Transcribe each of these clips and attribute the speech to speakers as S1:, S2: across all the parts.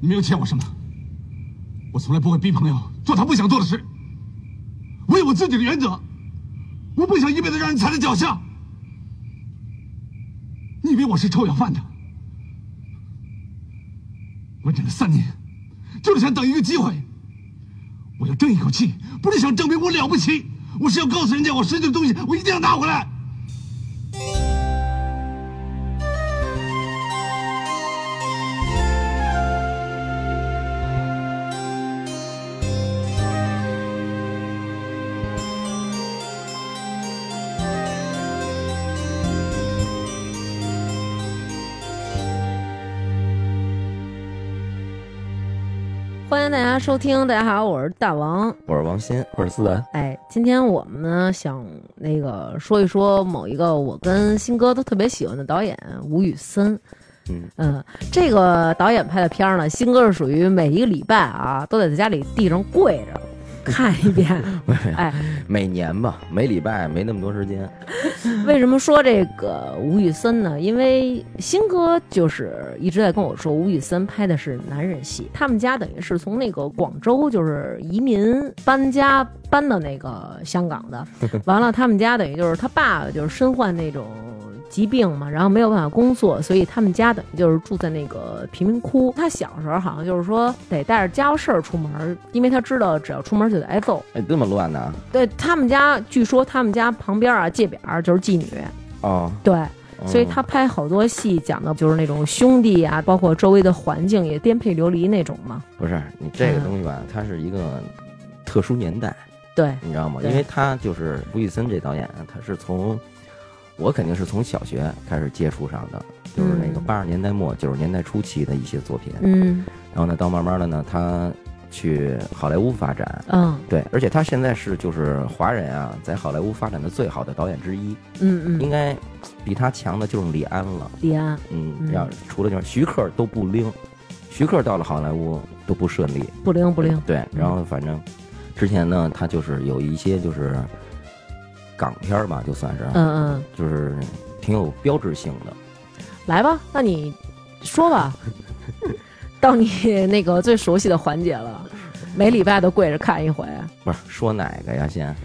S1: 你没有欠我什么，我从来不会逼朋友做他不想做的事。我有我自己的原则，我不想一辈子让人踩在脚下。你以为我是臭要饭的？我忍了三年，就是想等一个机会。我要争一口气，不是想证明我了不起，我是要告诉人家我失去的东西，我一定要拿回来。
S2: 欢迎大家收听，大家好，我是大王。
S3: 我是王鑫，我是思南。
S2: 哎，今天我们呢想那个说一说某一个我跟新哥都特别喜欢的导演吴宇森。呃
S3: 嗯
S2: 这个导演拍的片儿呢，新哥是属于每一个礼拜啊都得在家里地上跪着看一遍。哎，
S3: 每年吧，每礼拜没那么多时间。
S2: 为什么说这个吴宇森呢？因为新哥就是一直在跟我说，吴宇森拍的是男人戏。他们家等于是从那个广州就是移民搬家搬到那个香港的，完了他们家等于就是他爸就是身患那种。疾病嘛，然后没有办法工作，所以他们家等于就是住在那个贫民窟。他小时候好像就是说得带着家伙事儿出门，因为他知道只要出门就得挨揍。
S3: 哎，这么乱呢？
S2: 对他们家，据说他们家旁边啊，界边儿就是妓女，
S3: 哦，
S2: 对，
S3: 嗯
S2: 所以他拍好多戏讲的就是那种兄弟啊，包括周围的环境也颠沛流离那种嘛。
S3: 不是你这
S2: 嗯
S3: 个东西吧，它是一个特殊年代，
S2: 对，
S3: 你知道吗？
S2: 对
S3: 因为他就是吴宇森这导演，啊他是从我肯定是从小学开始接触上的，就是那个
S2: 嗯
S3: 八十年代末九十年代初期的一些作品。
S2: 嗯
S3: 然后呢，到慢慢的呢，他去好莱坞发展。
S2: 嗯
S3: 对，而且他现在是就是华人啊，在好莱坞发展的最好的导演之一，
S2: 嗯
S3: 应
S2: 嗯，
S3: 该比他强的就是李安了。
S2: 李安，
S3: 嗯，
S2: 嗯
S3: 要除了就是徐克都不灵，徐克到了好莱坞都不顺利，
S2: 不灵不灵，嗯
S3: 对，然后反正之前呢，他就是有一些就是港片儿吧，就算是，
S2: 嗯嗯，
S3: 就是挺有标志性的。
S2: 来吧，那你说吧，到你那个最熟悉的环节了，每礼拜都跪着看一回。啊
S3: 不是说哪个呀？先啊、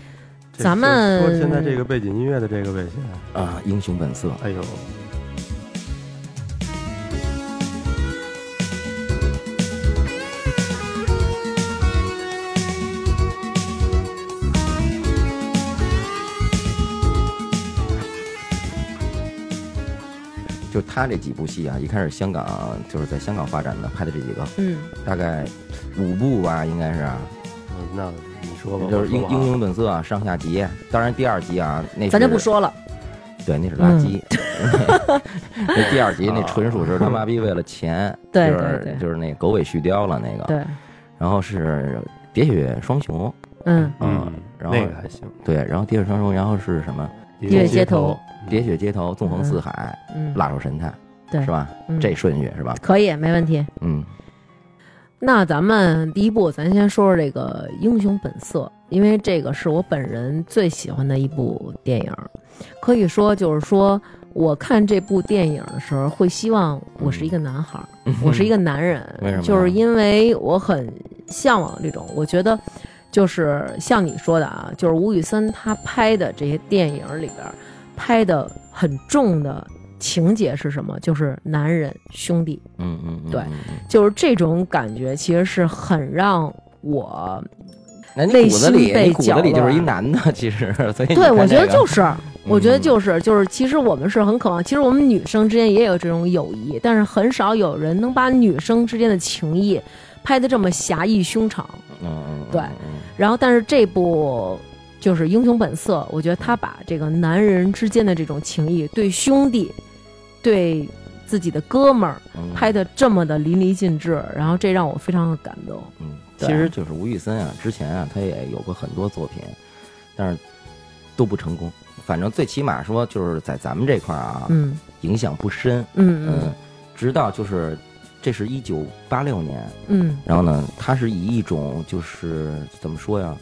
S4: 这
S2: 咱们
S4: 说说现在这个背景音乐的这个啊呗，现在，
S3: 啊英雄本色》
S4: 哎呦，
S3: 就他这几部戏啊，一开始香港就是在香港发展的拍的这几个，
S2: 嗯，
S3: 大概五部吧，应该是啊，
S4: 嗯那你说吧，
S3: 就是英《
S4: 我说
S3: 英
S4: 吧
S3: 雄本色》啊，上下集，当然第二集啊，那
S2: 咱就是不说了。
S3: 对，那是
S2: 嗯
S3: 垃圾。 那第二集那纯属是他妈逼为了钱，
S2: 对
S3: 就
S2: 对
S3: 是
S2: 对
S3: 就是那狗尾续貂了那个。
S2: 对，
S3: 然后是《喋血双雄》，
S2: 嗯，
S3: 嗯
S4: 嗯，
S3: 然后
S4: 那个还行，
S3: 对，然后《喋血双雄》，然后是什么？
S4: 音
S2: 乐街
S4: 街
S2: 头，
S3: 《喋血街头》纵横四海，
S2: 嗯，
S3: 辣手神探，
S2: 对
S3: 是吧？
S2: 嗯
S3: 这顺序是吧？
S2: 可以，没问题。
S3: 嗯，
S2: 那咱们第一部，咱先说说这个《英雄本色》，因为这个是我本人最喜欢的一部电影儿，可以说就是说，我看这部电影的时候，会希望我是一个男孩儿，我是一个男人，
S3: 嗯为什么呀
S2: 就是因为我很向往这种，我觉得就是像你说的啊，就是吴宇森他拍的这些电影里边儿拍的很重的情节是什么？就是男人兄弟。
S3: 嗯嗯嗯，
S2: 对
S3: 嗯。嗯
S2: 就是这种感觉，其实是很让我
S3: 那你
S2: 内
S3: 骨子
S2: 心
S3: 里，
S2: 被
S3: 你骨子里
S2: 搅
S3: 就是一
S2: 乱
S3: 男的，其实，所以哎你
S2: 对
S3: 看
S2: 我觉得
S3: 这个嗯
S2: 就是，我觉得就是就是，其实我们是很渴望，其实我们女生之间也有这种友谊，但是很少有人能把女生之间的情谊拍得这么侠义胸肠。
S3: 嗯嗯，嗯
S2: 对
S3: 嗯嗯
S2: 然后，但是这部就是《英雄本色》，我觉得他把这个男人之间的这种情谊，对兄弟，对自己的哥们儿，
S3: 嗯
S2: 拍得这么的淋漓尽致，然后这让我非常的感动。
S3: 嗯，其
S2: 对
S3: 实就是吴宇森啊，之前啊，他也有过很多作品，但是都不成功。反正最起码说，就是在咱们这块儿啊，
S2: 嗯
S3: 影响不深。呃
S2: 嗯
S3: 直到就是这是一九八六年，
S2: 嗯嗯
S3: 然后呢，他是以一种就是怎么说呀，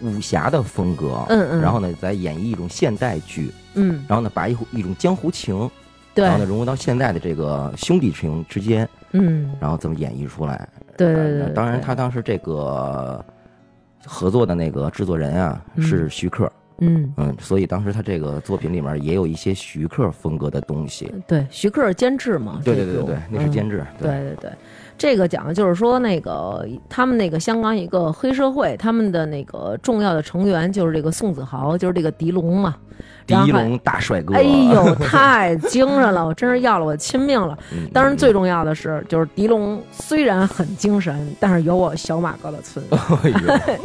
S3: 武侠的风格，
S2: 嗯嗯，
S3: 然后呢，再演绎一种现代剧，
S2: 嗯，
S3: 然后呢，把一一种江湖情，
S2: 对
S3: 然后呢，融入到现在的这个兄弟情之间，
S2: 嗯，
S3: 然后这么演绎出来。
S2: 对对对，对
S3: 当然，他当时这个合作的那个制作人啊
S2: 嗯
S3: 是徐克，
S2: 嗯。
S3: 嗯，所以当时他这个作品里面也有一些徐克风格的东西。
S2: 对，徐克是监制嘛？
S3: 对对
S2: 这
S3: 对对
S2: 部
S3: 对，那是
S2: 嗯
S3: 监制。
S2: 呃对对对，这个讲的就是说，那个他们那个香港一个黑社会，他们的那个重要的成员就是这个宋子豪，就是这个狄龙嘛。
S3: 狄
S2: 然后还。
S3: 龙大帅哥。啊
S2: 哎 呦，太精神了！我真是要了我亲命了。
S3: 嗯，
S2: 当然，
S3: 嗯
S2: 最重要的是，就是狄龙虽然很精神，但是有我小马哥的存在。
S3: 哎呦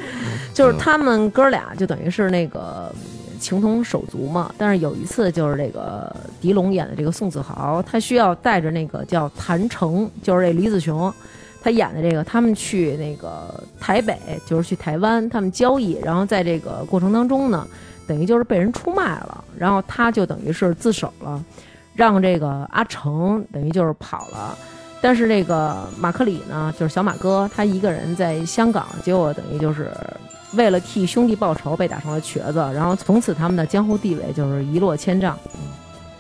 S2: 就是他们哥俩就等于是那个嗯情同手足嘛。但是有一次，就是这个狄龙演的这个宋子豪，他需要带着那个叫谭成，就是这李子雄，他演的这个，他们去那个台北，就是去台湾，他们交易，然后在这个过程当中呢，等于就是被人出卖了，然后他就等于是自首了，让这个阿成等于就是跑了。但是这个马克里呢，就是小马哥，他一个人在香港，结果等于就是为了替兄弟报仇被打成了瘸子，然后从此他们的江湖地位就是一落千丈。嗯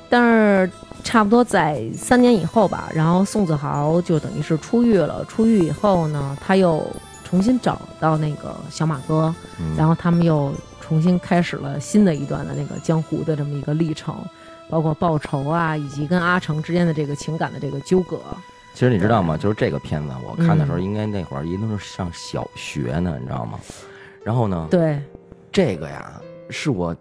S2: 但是差不多在三年以后吧，然后宋子豪就等于是出狱了。出狱以后呢，他又重新找到那个小马哥，
S3: 嗯
S2: 然后他们又重新开始了新的一段的那个江湖的这么一个历程，包括报仇啊，以及跟阿成之间的这个情感的这个纠葛。
S3: 其实你知道吗？就是这个片子，我看的
S2: 嗯
S3: 时候，应该那会儿一定是上小学呢，你知道吗？然后呢，
S2: 对
S3: 这个呀，是我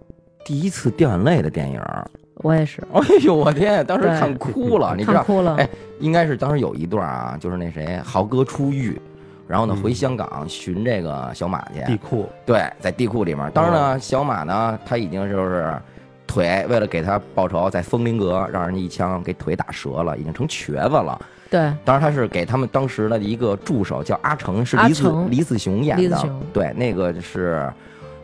S3: 第一次掉眼泪的电影儿。
S2: 我也是，
S3: 哎呦，我天！当时
S2: 对
S3: 看 哭了，你知
S2: 看
S3: 道，
S2: 哭了。
S3: 哎应该是当时有一段啊，就是那谁，豪哥出狱，然后呢
S4: 嗯
S3: 回香港寻这个小马去，
S4: 地库
S3: 对，在地库里面。当然
S2: 哦
S3: 呢，小马呢，他已经就是腿为了给他报仇，在风林阁让人家一枪给腿打折了，已经成瘸子了。
S2: 对，
S3: 当然，他是给他们当时的一个助手，叫阿成，是
S2: 阿
S3: 李子
S2: 成
S3: 李子雄演的。
S2: 李子雄
S3: 对，那个是，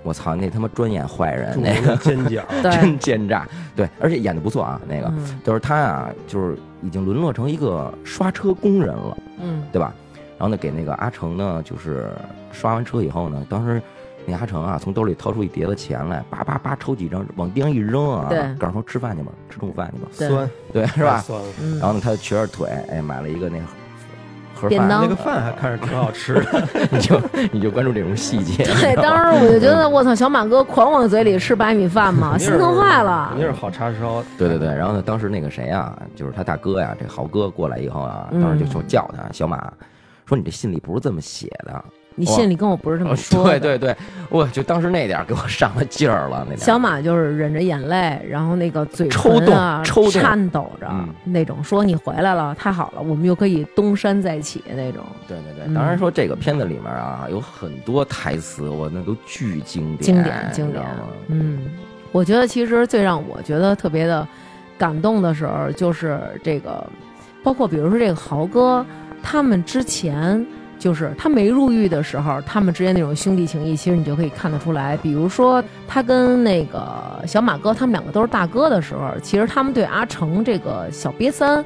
S3: 我操，那他妈专演坏人，
S4: 著
S3: 那
S4: 名的尖角，
S2: 对
S3: 真奸诈。对，而且演的不错啊，那个、
S2: 嗯
S3: 就是他啊，就是已经沦落成一个刷车工人了，
S2: 嗯
S3: 对吧？然后呢，给那个阿成呢，就是刷完车以后呢，当时。那阿成啊，从兜里掏出一叠子钱来，叭叭叭抽几张，往地上一扔啊
S2: 对，
S3: 告诉说吃饭去吧，吃中午饭去吧，
S2: 对
S4: 酸
S3: 对，是吧？
S4: 酸了
S2: 嗯，
S3: 然后呢，他就瘸着腿，哎，买了一个那盒盒
S2: 便
S3: 饭，
S2: 当
S4: 那个饭还看着挺好吃的，
S3: 你就你就关注这种细节。
S2: 对，当时我就觉得，我操，小马哥狂往嘴里吃白米饭嘛，心疼坏了
S4: 肯。定是好叉烧。
S3: 对对对，然后呢，当时那个谁啊，就是他大哥呀，这豪哥过来以后啊，
S2: 嗯
S3: 当时就说叫他小马，说你这信里不是这么写的。
S2: 你信里跟我不是这么说
S3: 哦对
S2: 的。
S3: 对对，我就当时那点儿给我上了劲儿了，那点儿
S2: 小马就是忍着眼泪，然后那个嘴唇啊
S3: 抽动抽动
S2: 颤抖着、
S3: 嗯
S2: 那种，说你回来了，太好了，我们又可以东山再起那种，
S3: 对对
S2: 嗯
S3: 对，当然说这个片子里面啊，有很多台词，我那都巨经典，
S2: 经典经
S3: 你知
S2: 典
S3: 道吗。
S2: 嗯，我觉得其实最让我觉得特别的感动的时候，就是这个，包括比如说这个豪哥，他们之前。就是他没入狱的时候，他们之间那种兄弟情谊，其实你就可以看得出来。比如说，他跟那个小马哥，他们两个都是大哥的时候，其实他们对阿成这个小瘪三，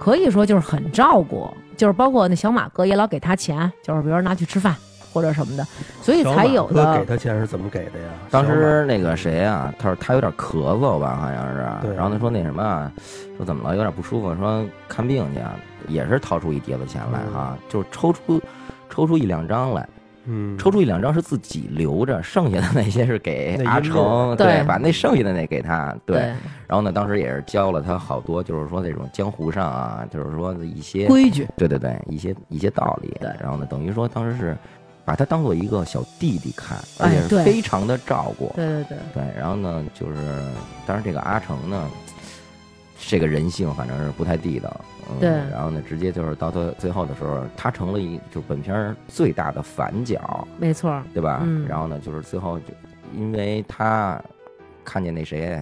S2: 可以说就是很照顾，就是包括那小马哥也老给他钱，就是比如说拿去吃饭或者什么的，所以
S4: 小
S2: 才
S4: 马
S2: 有
S4: 哥
S2: 的
S4: 给他钱是怎么给的呀？
S3: 当
S4: 小马
S3: 时那个谁啊，他说他有点咳嗽吧，好像是，
S4: 对
S3: 然后他说那什么啊，说怎么了，有点不舒服，说看病去啊，也是掏出一叠子钱来哈，就是抽出抽出一两张来，
S4: 嗯，
S3: 抽出一两张是自己留着，剩下的那些是给
S4: 那一
S3: 阿
S4: 摞
S3: 成，
S2: 对
S3: 把那剩下的那给他，对，然后呢，当时也是教了他好多，就是说那种江湖上啊，就是说的一些
S2: 规矩，
S3: 对对对，一些一些道理。
S2: 对
S3: 然后呢，等于说当时是把他当做一个小弟弟看，
S2: 哎
S3: 而且是
S2: 对
S3: 非常的照顾。
S2: 对对对，
S3: 对，然后呢，就是当然这个阿成呢，这个人性反正是不太地道。嗯、
S2: 对
S3: 然后呢，直接就是到他最后的时候，他成了一就是本片儿最大的反角，
S2: 没错儿，
S3: 对吧？
S2: 嗯
S3: 然后呢，就是最后就因为他看见那谁。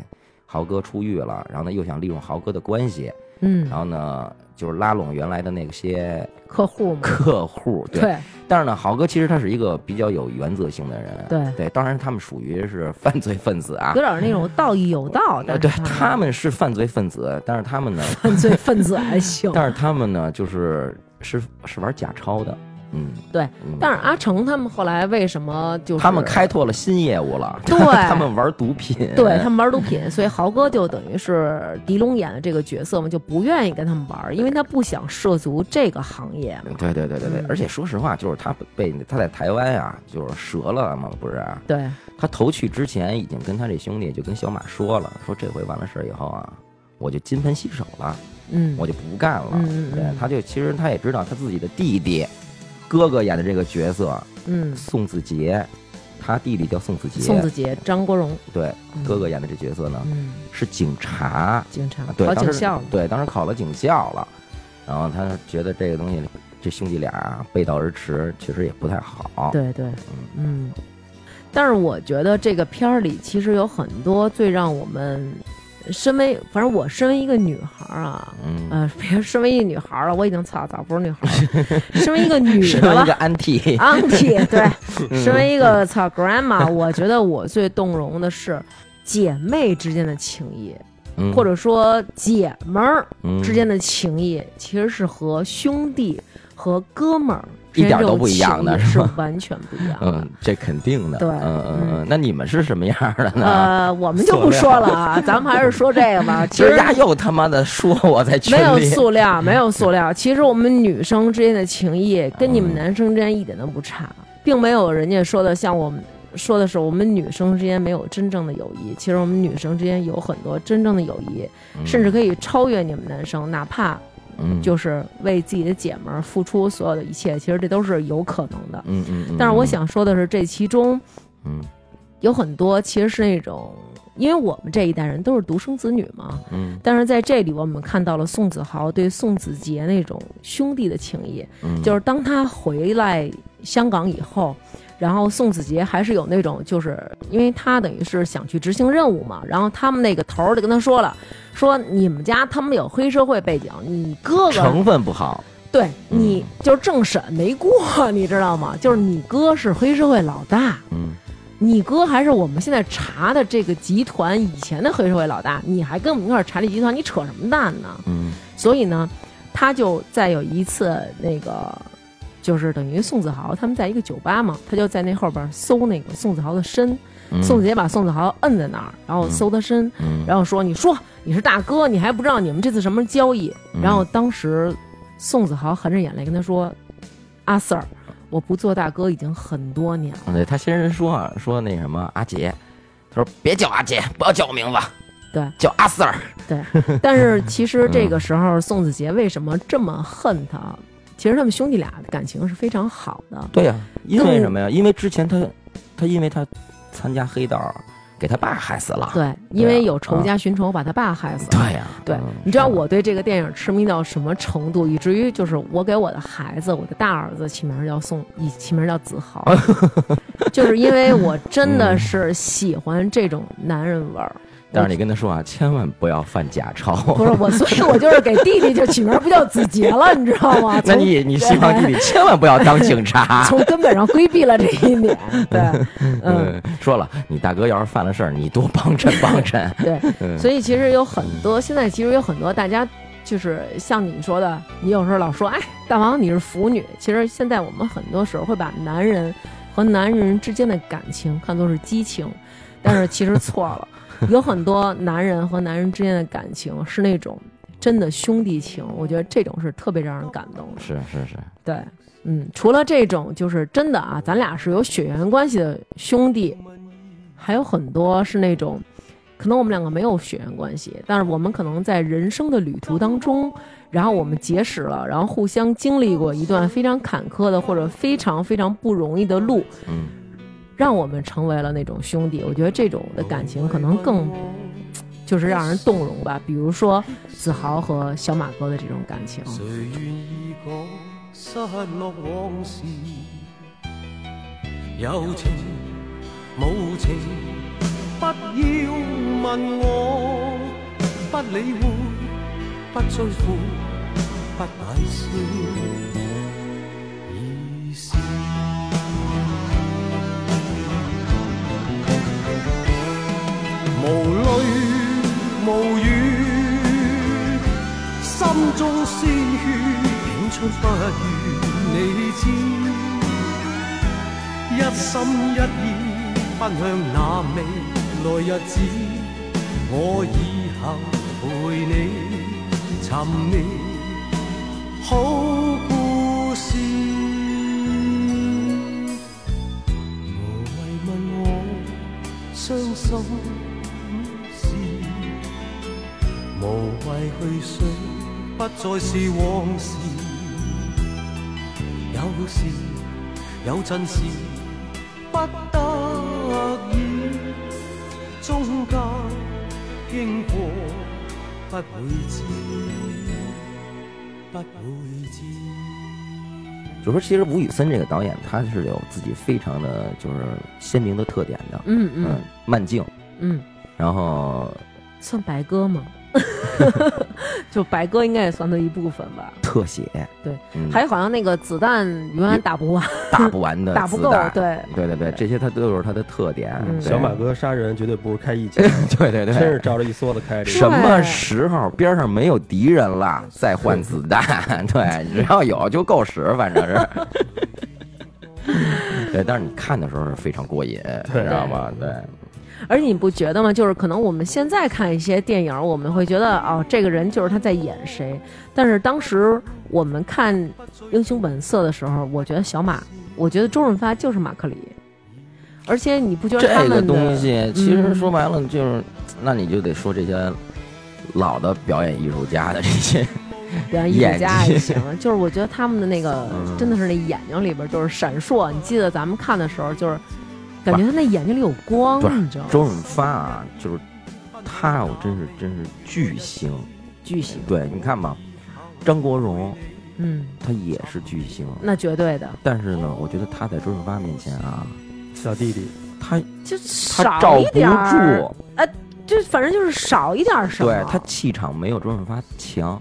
S3: 豪哥出狱了，然后呢又想利用豪哥的关系，
S2: 嗯
S3: 然，后呢就是拉拢原来的那些
S2: 客户嘛，
S3: 客啊户，
S2: 嗯
S3: 对。
S2: 对
S3: 但是呢，豪哥其实他是一个比较有原则性的人，
S2: 对
S3: 当然他们属于是犯罪分子啊
S2: 有，点那种道义有道，
S3: 呃
S2: 但
S3: 对
S2: 是，
S3: 他们是犯罪分子，但 是他们呢，
S2: 犯罪分子还行，
S3: 但是他们呢，就是是是玩假钞的，嗯，
S2: 对
S3: 嗯，
S2: 但是阿成他们后来为什么就是
S3: 他们开拓了新业务了，
S2: 对
S3: 他们玩毒品，
S2: 对他们玩毒品，所以豪哥就等于是狄龙演的这个角色嘛，就不愿意跟他们玩，因为他不想涉足这个行业嘛。
S3: 对对对对
S2: 嗯
S3: 对，而且说实话，就是他被他在台湾啊，就是折了嘛，不是？啊
S2: 对，
S3: 他头去之前已经跟他这兄弟就跟小马说了，说这回完了事儿以后啊，我就金盆洗手了，
S2: 嗯，
S3: 我就不干了。
S2: 嗯嗯嗯
S3: 对，他就其实他也知道他自己的弟弟，哥哥演的这个角色
S2: 嗯，
S3: 宋子杰，他弟弟叫宋子杰，
S2: 宋子杰、张国荣，
S3: 对，
S2: 嗯
S3: 哥哥演的这角色呢
S2: 嗯，
S3: 是警察，
S2: 警察，
S3: 对，
S2: 啊考
S3: 当
S2: 警
S3: 时
S2: 校，
S3: 对，当时考了警校了，然后他觉得这个东西，这兄弟俩啊背道而驰，其实也不太好。，
S2: 对对，嗯。但是我觉得这个片儿里其实有很多最让我们，身为反正我身为一个女孩儿啊，
S3: 嗯，
S2: 呃， 别身为一个女孩儿了，我已经操操不是女孩儿 了，身为一个女
S3: 身
S2: 的
S3: 为一
S2: 了啊
S3: 个。安替，
S2: auntie 对，身为一个操 grandma，我 觉得我最动容的是姐妹之间的情谊，
S3: 嗯
S2: 或者说姐们儿
S3: 嗯
S2: 之间的情谊，其实是和兄弟和哥们儿之
S3: 一
S2: 间
S3: 点
S2: 这
S3: 都
S2: 种
S3: 不一样的
S2: 情谊
S3: 是
S2: 是
S3: 吧
S2: 完全不一样的。
S3: 嗯，这肯定的。
S2: 对
S3: 嗯嗯
S2: 嗯
S3: 嗯。那你们是什么样的呢？
S2: 呃，我们就不说了 啊，咱们还是说这个吧。其
S3: 今儿
S2: 实
S3: 丫又他妈的说我在群
S2: 没有
S3: 里，
S2: 塑 料，没有塑料。其实我们女生之间的情谊跟
S3: 嗯
S2: 你们男生之间一点都不差，并没有人家说的像我们说的是我们女生之间没有真正的友谊。其实我们女生之间有很多真正的友谊，
S3: 嗯
S2: 甚至可以超越你们男生，哪怕
S3: 嗯
S2: 就是为自己的姐们儿付出所有的一切，其实这都是有可能的。
S3: 嗯嗯嗯。
S2: 但是我想说的是，这其中
S3: 嗯，
S2: 有很多其实是那种，因为我们这一代人都是独生子女嘛，
S3: 嗯
S2: 但是在这里，我们看到了宋子豪对宋子杰那种兄弟的情谊，
S3: 嗯，
S2: 就是当他回来香港以后，然后宋子杰还是有那种，就是因为他等于是想去执行任务嘛，然后他们那个头儿就跟他说了，说你们家他们有黑社会背景，你哥哥
S3: 成分不好。
S2: 对
S3: 嗯
S2: 你就是政审没过，你知道吗？就是你哥是黑社会老大，
S3: 嗯
S2: 你哥还是我们现在查的这个集团以前的黑社会老大，你还跟我们一块儿查这集团，你扯什么蛋呢？
S3: 嗯
S2: 所以呢，他就在有一次那个，就是等于宋子豪他们在一个酒吧嘛，他就在那后边搜那个宋子豪的身，
S3: 嗯。
S2: 宋子杰把宋子豪摁在那儿，然后搜他身，
S3: 嗯，
S2: 然后说：“你说你是大哥，你还不知道你们这次什么交易？”
S3: 嗯
S2: 然后当时宋子豪含着眼泪跟他说：“阿 Sir，我不做大哥已经很多年了。”
S3: 嗯对他先人说啊说那什么阿杰，他说别叫阿杰，不要叫我名字，
S2: 对，
S3: 叫阿 Sir。
S2: 但 是其实
S3: 嗯
S2: 这个时候，宋子杰为什么这么恨他？其实他们兄弟俩的感情是非常好的。
S3: 对呀、因为
S2: 更
S3: 什么呀？因为之前他他因为他参加黑道，给他爸害死了。
S2: 对，因为有仇家寻仇，把他爸害死了。
S3: 啊嗯对呀、
S2: 对
S3: 嗯
S2: 你知道我对这个电影痴迷到什么程度，以至于就是我给我的孩子，我的大儿子起名叫宋，以起名叫子 豪，就是因为我真的是喜欢这种男人味儿。
S3: 嗯但是你跟他说啊，千万不要犯假
S2: 不
S3: 钞。
S2: 是我，所以我就是给弟弟就起名不叫子杰了，你知道吗？
S3: 那你你希望弟弟千万不要当警察。
S2: 从根本上规避了这一点，对，嗯。
S3: 嗯， 说了，你大哥要是犯了事儿，你多帮衬 帮衬。
S2: 对，
S3: 嗯
S2: 所以其实有很多，现在其实有很多大家就是像你说的，你有时候老说，哎，大王你是腐女。其实现在我们很多时候会把男人和男人之间的感情看作是激情，但是其实错了，有很多男人和男人之间的感情是那种真的兄弟情，我觉得这种是特别让人感动的。
S3: 是是是，
S2: 对，嗯，除了这种，就是真的啊，咱俩是有血缘关系的兄弟，还有很多是那种，可能我们两个没有血缘关系，但是我们可能在人生的旅途当中，然后我们结识了，然后互相经历过一段非常坎坷的或者非常非常不容易的路，
S3: 嗯
S2: 让我们成为了那种兄弟。我觉得这种的感情可能更。就是让人动容吧，比如说子豪和小马哥的这种感情，
S5: 谁愿意讲失落往事？有情无情，不要问我，不理会，不追悔，不解释意思。无泪无语。心中鮮血，竟出不如你知。一心一意奔向那未來日子，我以後陪你尋觅好故事。無謂問我傷心事，無謂去想，不再是往事。有時有陣時不得已，中間經過不會知，不會知。
S3: 就说其实吴宇森这个导演他是有自己非常的就是鲜明的特点的，
S2: 嗯
S3: 嗯
S2: 嗯，
S3: 慢镜，
S2: 嗯，
S3: 然后
S2: 算白鸽 吗？就白鸽应该也算的一部分吧。
S3: 特写，
S2: 对
S3: 嗯，
S2: 还有好像那个子弹永远打不完，
S3: 打不完的
S2: 打不
S3: 子
S2: 够
S3: 弹，
S2: 对
S3: 对对对，这些它都有它的特点。
S2: 嗯
S3: 对
S4: 小马，哥杀人绝对不是开一枪，
S3: 对对对，
S4: 真是照着一梭子开
S2: 是
S4: 的。
S3: 什么时候边上没有敌人了，再换子 弹。对，只要有就够使，反正是。对，但是你看的时候是非常过瘾，你知道吗？对，
S2: 而且你不觉得吗？就是可能我们现在看一些电影，我们会觉得哦，这个人就是他在演谁。但是当时我们看《英雄本色》的时候，我觉得小马，我觉得周润发就是马克里。而且你不觉得他
S3: 这
S2: 们
S3: 个
S2: 的
S3: 东西其实
S2: 嗯
S3: 说白了就是，那你就得说这些老的表演艺术家的这些，
S2: 表演艺术家
S3: 演技 嗯
S2: 也行，就是我觉得他们的那个真的是那眼睛里边就是闪烁。你记得咱们看的时候，就是感觉他那眼睛里有光
S3: 不，是
S2: 你知道吗？
S3: 周润发啊，就是他，我真是真是巨星。
S2: 巨星，
S3: 对，你看吧，张国荣
S2: 嗯，
S3: 他也是巨星，
S2: 那绝对的，
S3: 但是呢，我觉得他在周润发面前啊，
S4: 小弟弟，
S3: 他
S2: 就
S3: 他
S2: 少
S3: 罩
S2: 一
S3: 不
S2: 点儿，
S3: 住，
S2: 就反正就是少一点儿什么，
S3: 对他气场没有周润发强，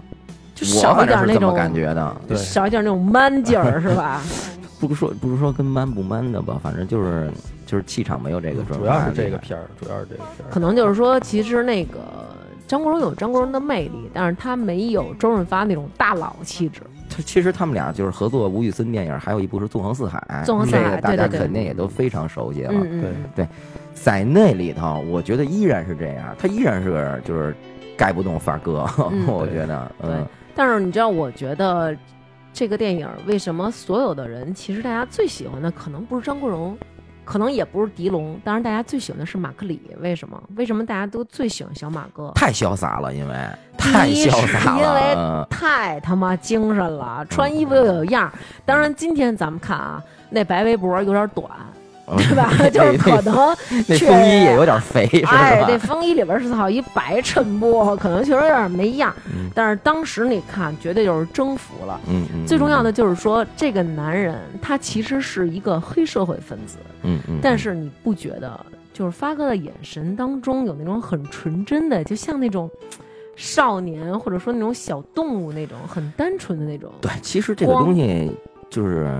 S2: 就
S3: 我
S2: 少一
S3: 反
S2: 点
S3: 正
S2: 儿
S3: 是
S2: 那
S3: 这么
S2: 种
S3: 感觉的。
S4: 对
S2: 少一点儿那种 man 劲儿是吧？
S3: 不说不是说跟 man 不 man 的吧，反正就是就是气场没有这个周
S4: 主
S3: 润
S4: 要
S3: 发
S4: 是这
S3: 厉
S4: 个
S3: 害
S4: 片儿，主要是这个片
S2: 可
S4: 儿。
S2: 能就是说，其实那个张国荣有张国荣的魅力，但是他没有周润发那种大佬气质。
S3: 他其实他们俩就是合作吴宇森电影，还有一部是《纵横四海》，
S2: 纵横四海
S3: 这个大
S2: 对
S3: 家
S2: 对对
S3: 肯定也都非常熟悉了。
S2: 嗯嗯
S4: 对
S2: 嗯，
S3: 在那里头，我觉得依然是这样，他依然是就是盖不动发哥，
S2: 嗯
S3: 我觉得，
S2: 对
S3: 嗯，
S2: 但是你知道，我觉得这个电影为什么所有的人其实大家最喜欢的可能不是张国荣，可能也不是狄龙，当然大家最喜欢的是马克里。为什么？为什么大家都最喜欢小马哥？
S3: 太潇洒了，因为太潇洒
S2: 第一是因为
S3: 了，啊
S2: 太他妈精神了，穿衣服又有样儿。当然，今天咱们看啊，那白围脖有点短，
S3: 嗯
S2: 对 吧？就是可能
S3: 嗯那风衣也有点肥，是吧？
S2: 哎，这风衣里边是套一白衬布，可能确实有点没样儿。
S3: 嗯
S2: 但是当时你看，绝对就是征服了。
S3: 嗯嗯，
S2: 最重要的就是说，这个男人他其实是一个黑社会分子，
S3: 嗯，嗯嗯，
S2: 但是你不觉得，就是发哥的眼神当中有那种很纯真的，就像那种嘖少年或者说那种小动物那种很单纯的那种。
S3: 对，其实这个
S2: 光
S3: 东西就是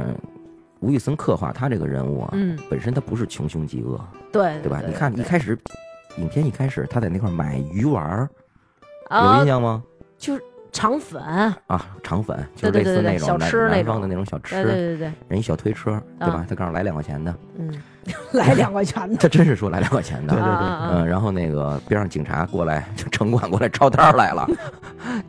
S3: 吴宇森刻画他这个人物啊，
S2: 嗯，
S3: 本身他不是穷凶极恶，
S2: 对，
S3: 对吧？你看一开始，影片一开始他在那块儿买鱼丸儿，有
S2: 啊
S3: 印，象吗？
S2: 就是肠粉，
S3: 啊，肠粉就是
S2: 对
S3: 类
S2: 对对
S3: 似
S2: 对
S3: 那种
S2: 小
S3: 南
S2: 吃那
S3: 南
S2: 种
S3: 方的那种小吃，
S2: 对对对对，
S3: 人一小推车，对吧
S2: 啊？
S3: 他告诉来两块钱的，
S2: 嗯， 来 两块钱的
S3: 他真是说来两块钱的
S4: 对。
S2: 啊
S4: 对
S2: 啊
S3: 嗯，
S2: 啊！
S3: 然后那个边上警察过来，就城管过来抄摊儿来 了，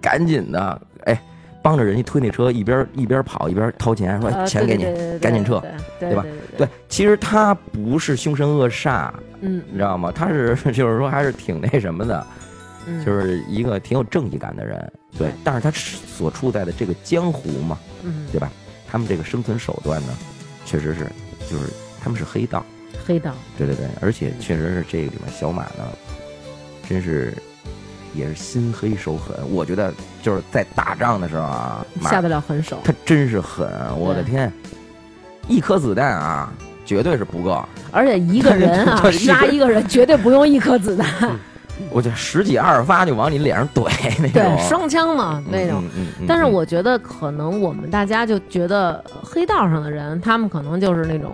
S3: 赶紧的，哎，帮着人家推那车，一边一边跑一边掏钱，说
S2: 啊
S3: 钱给你，，赶紧撤，
S2: 对
S3: 对
S2: 对
S3: 吧
S2: 对对对对对对对
S3: 对，其实他不是凶神恶煞，
S2: 嗯
S3: 你知道吗？他是 就是说还是挺那什么的，
S2: 嗯，
S3: 就是一个挺有正义感的人。对
S2: 对，
S3: 但是他所处在的这个江湖嘛，
S2: 嗯
S3: 对吧？他们这个生存手段呢，确实是就是他们是黑道，
S2: 黑道，
S3: 对对对，而且确实是这里面小马呢，真是。也是心黑手狠，我觉得就是在打仗的时候啊，马
S2: 下得嗯了狠手。
S3: 他真是狠，我的
S2: 对
S3: 天，一颗子弹啊，绝对是不够，
S2: 而且一个人啊，
S3: 就是一个
S2: 杀一个人绝对不用一颗子弹，
S3: 我就十几二十发就往你脸上怼那种，
S2: 对，双枪嘛那种。
S3: 嗯。嗯嗯嗯
S2: 但是我觉得，可能我们大家就觉得黑道上的人，他们可能就是那种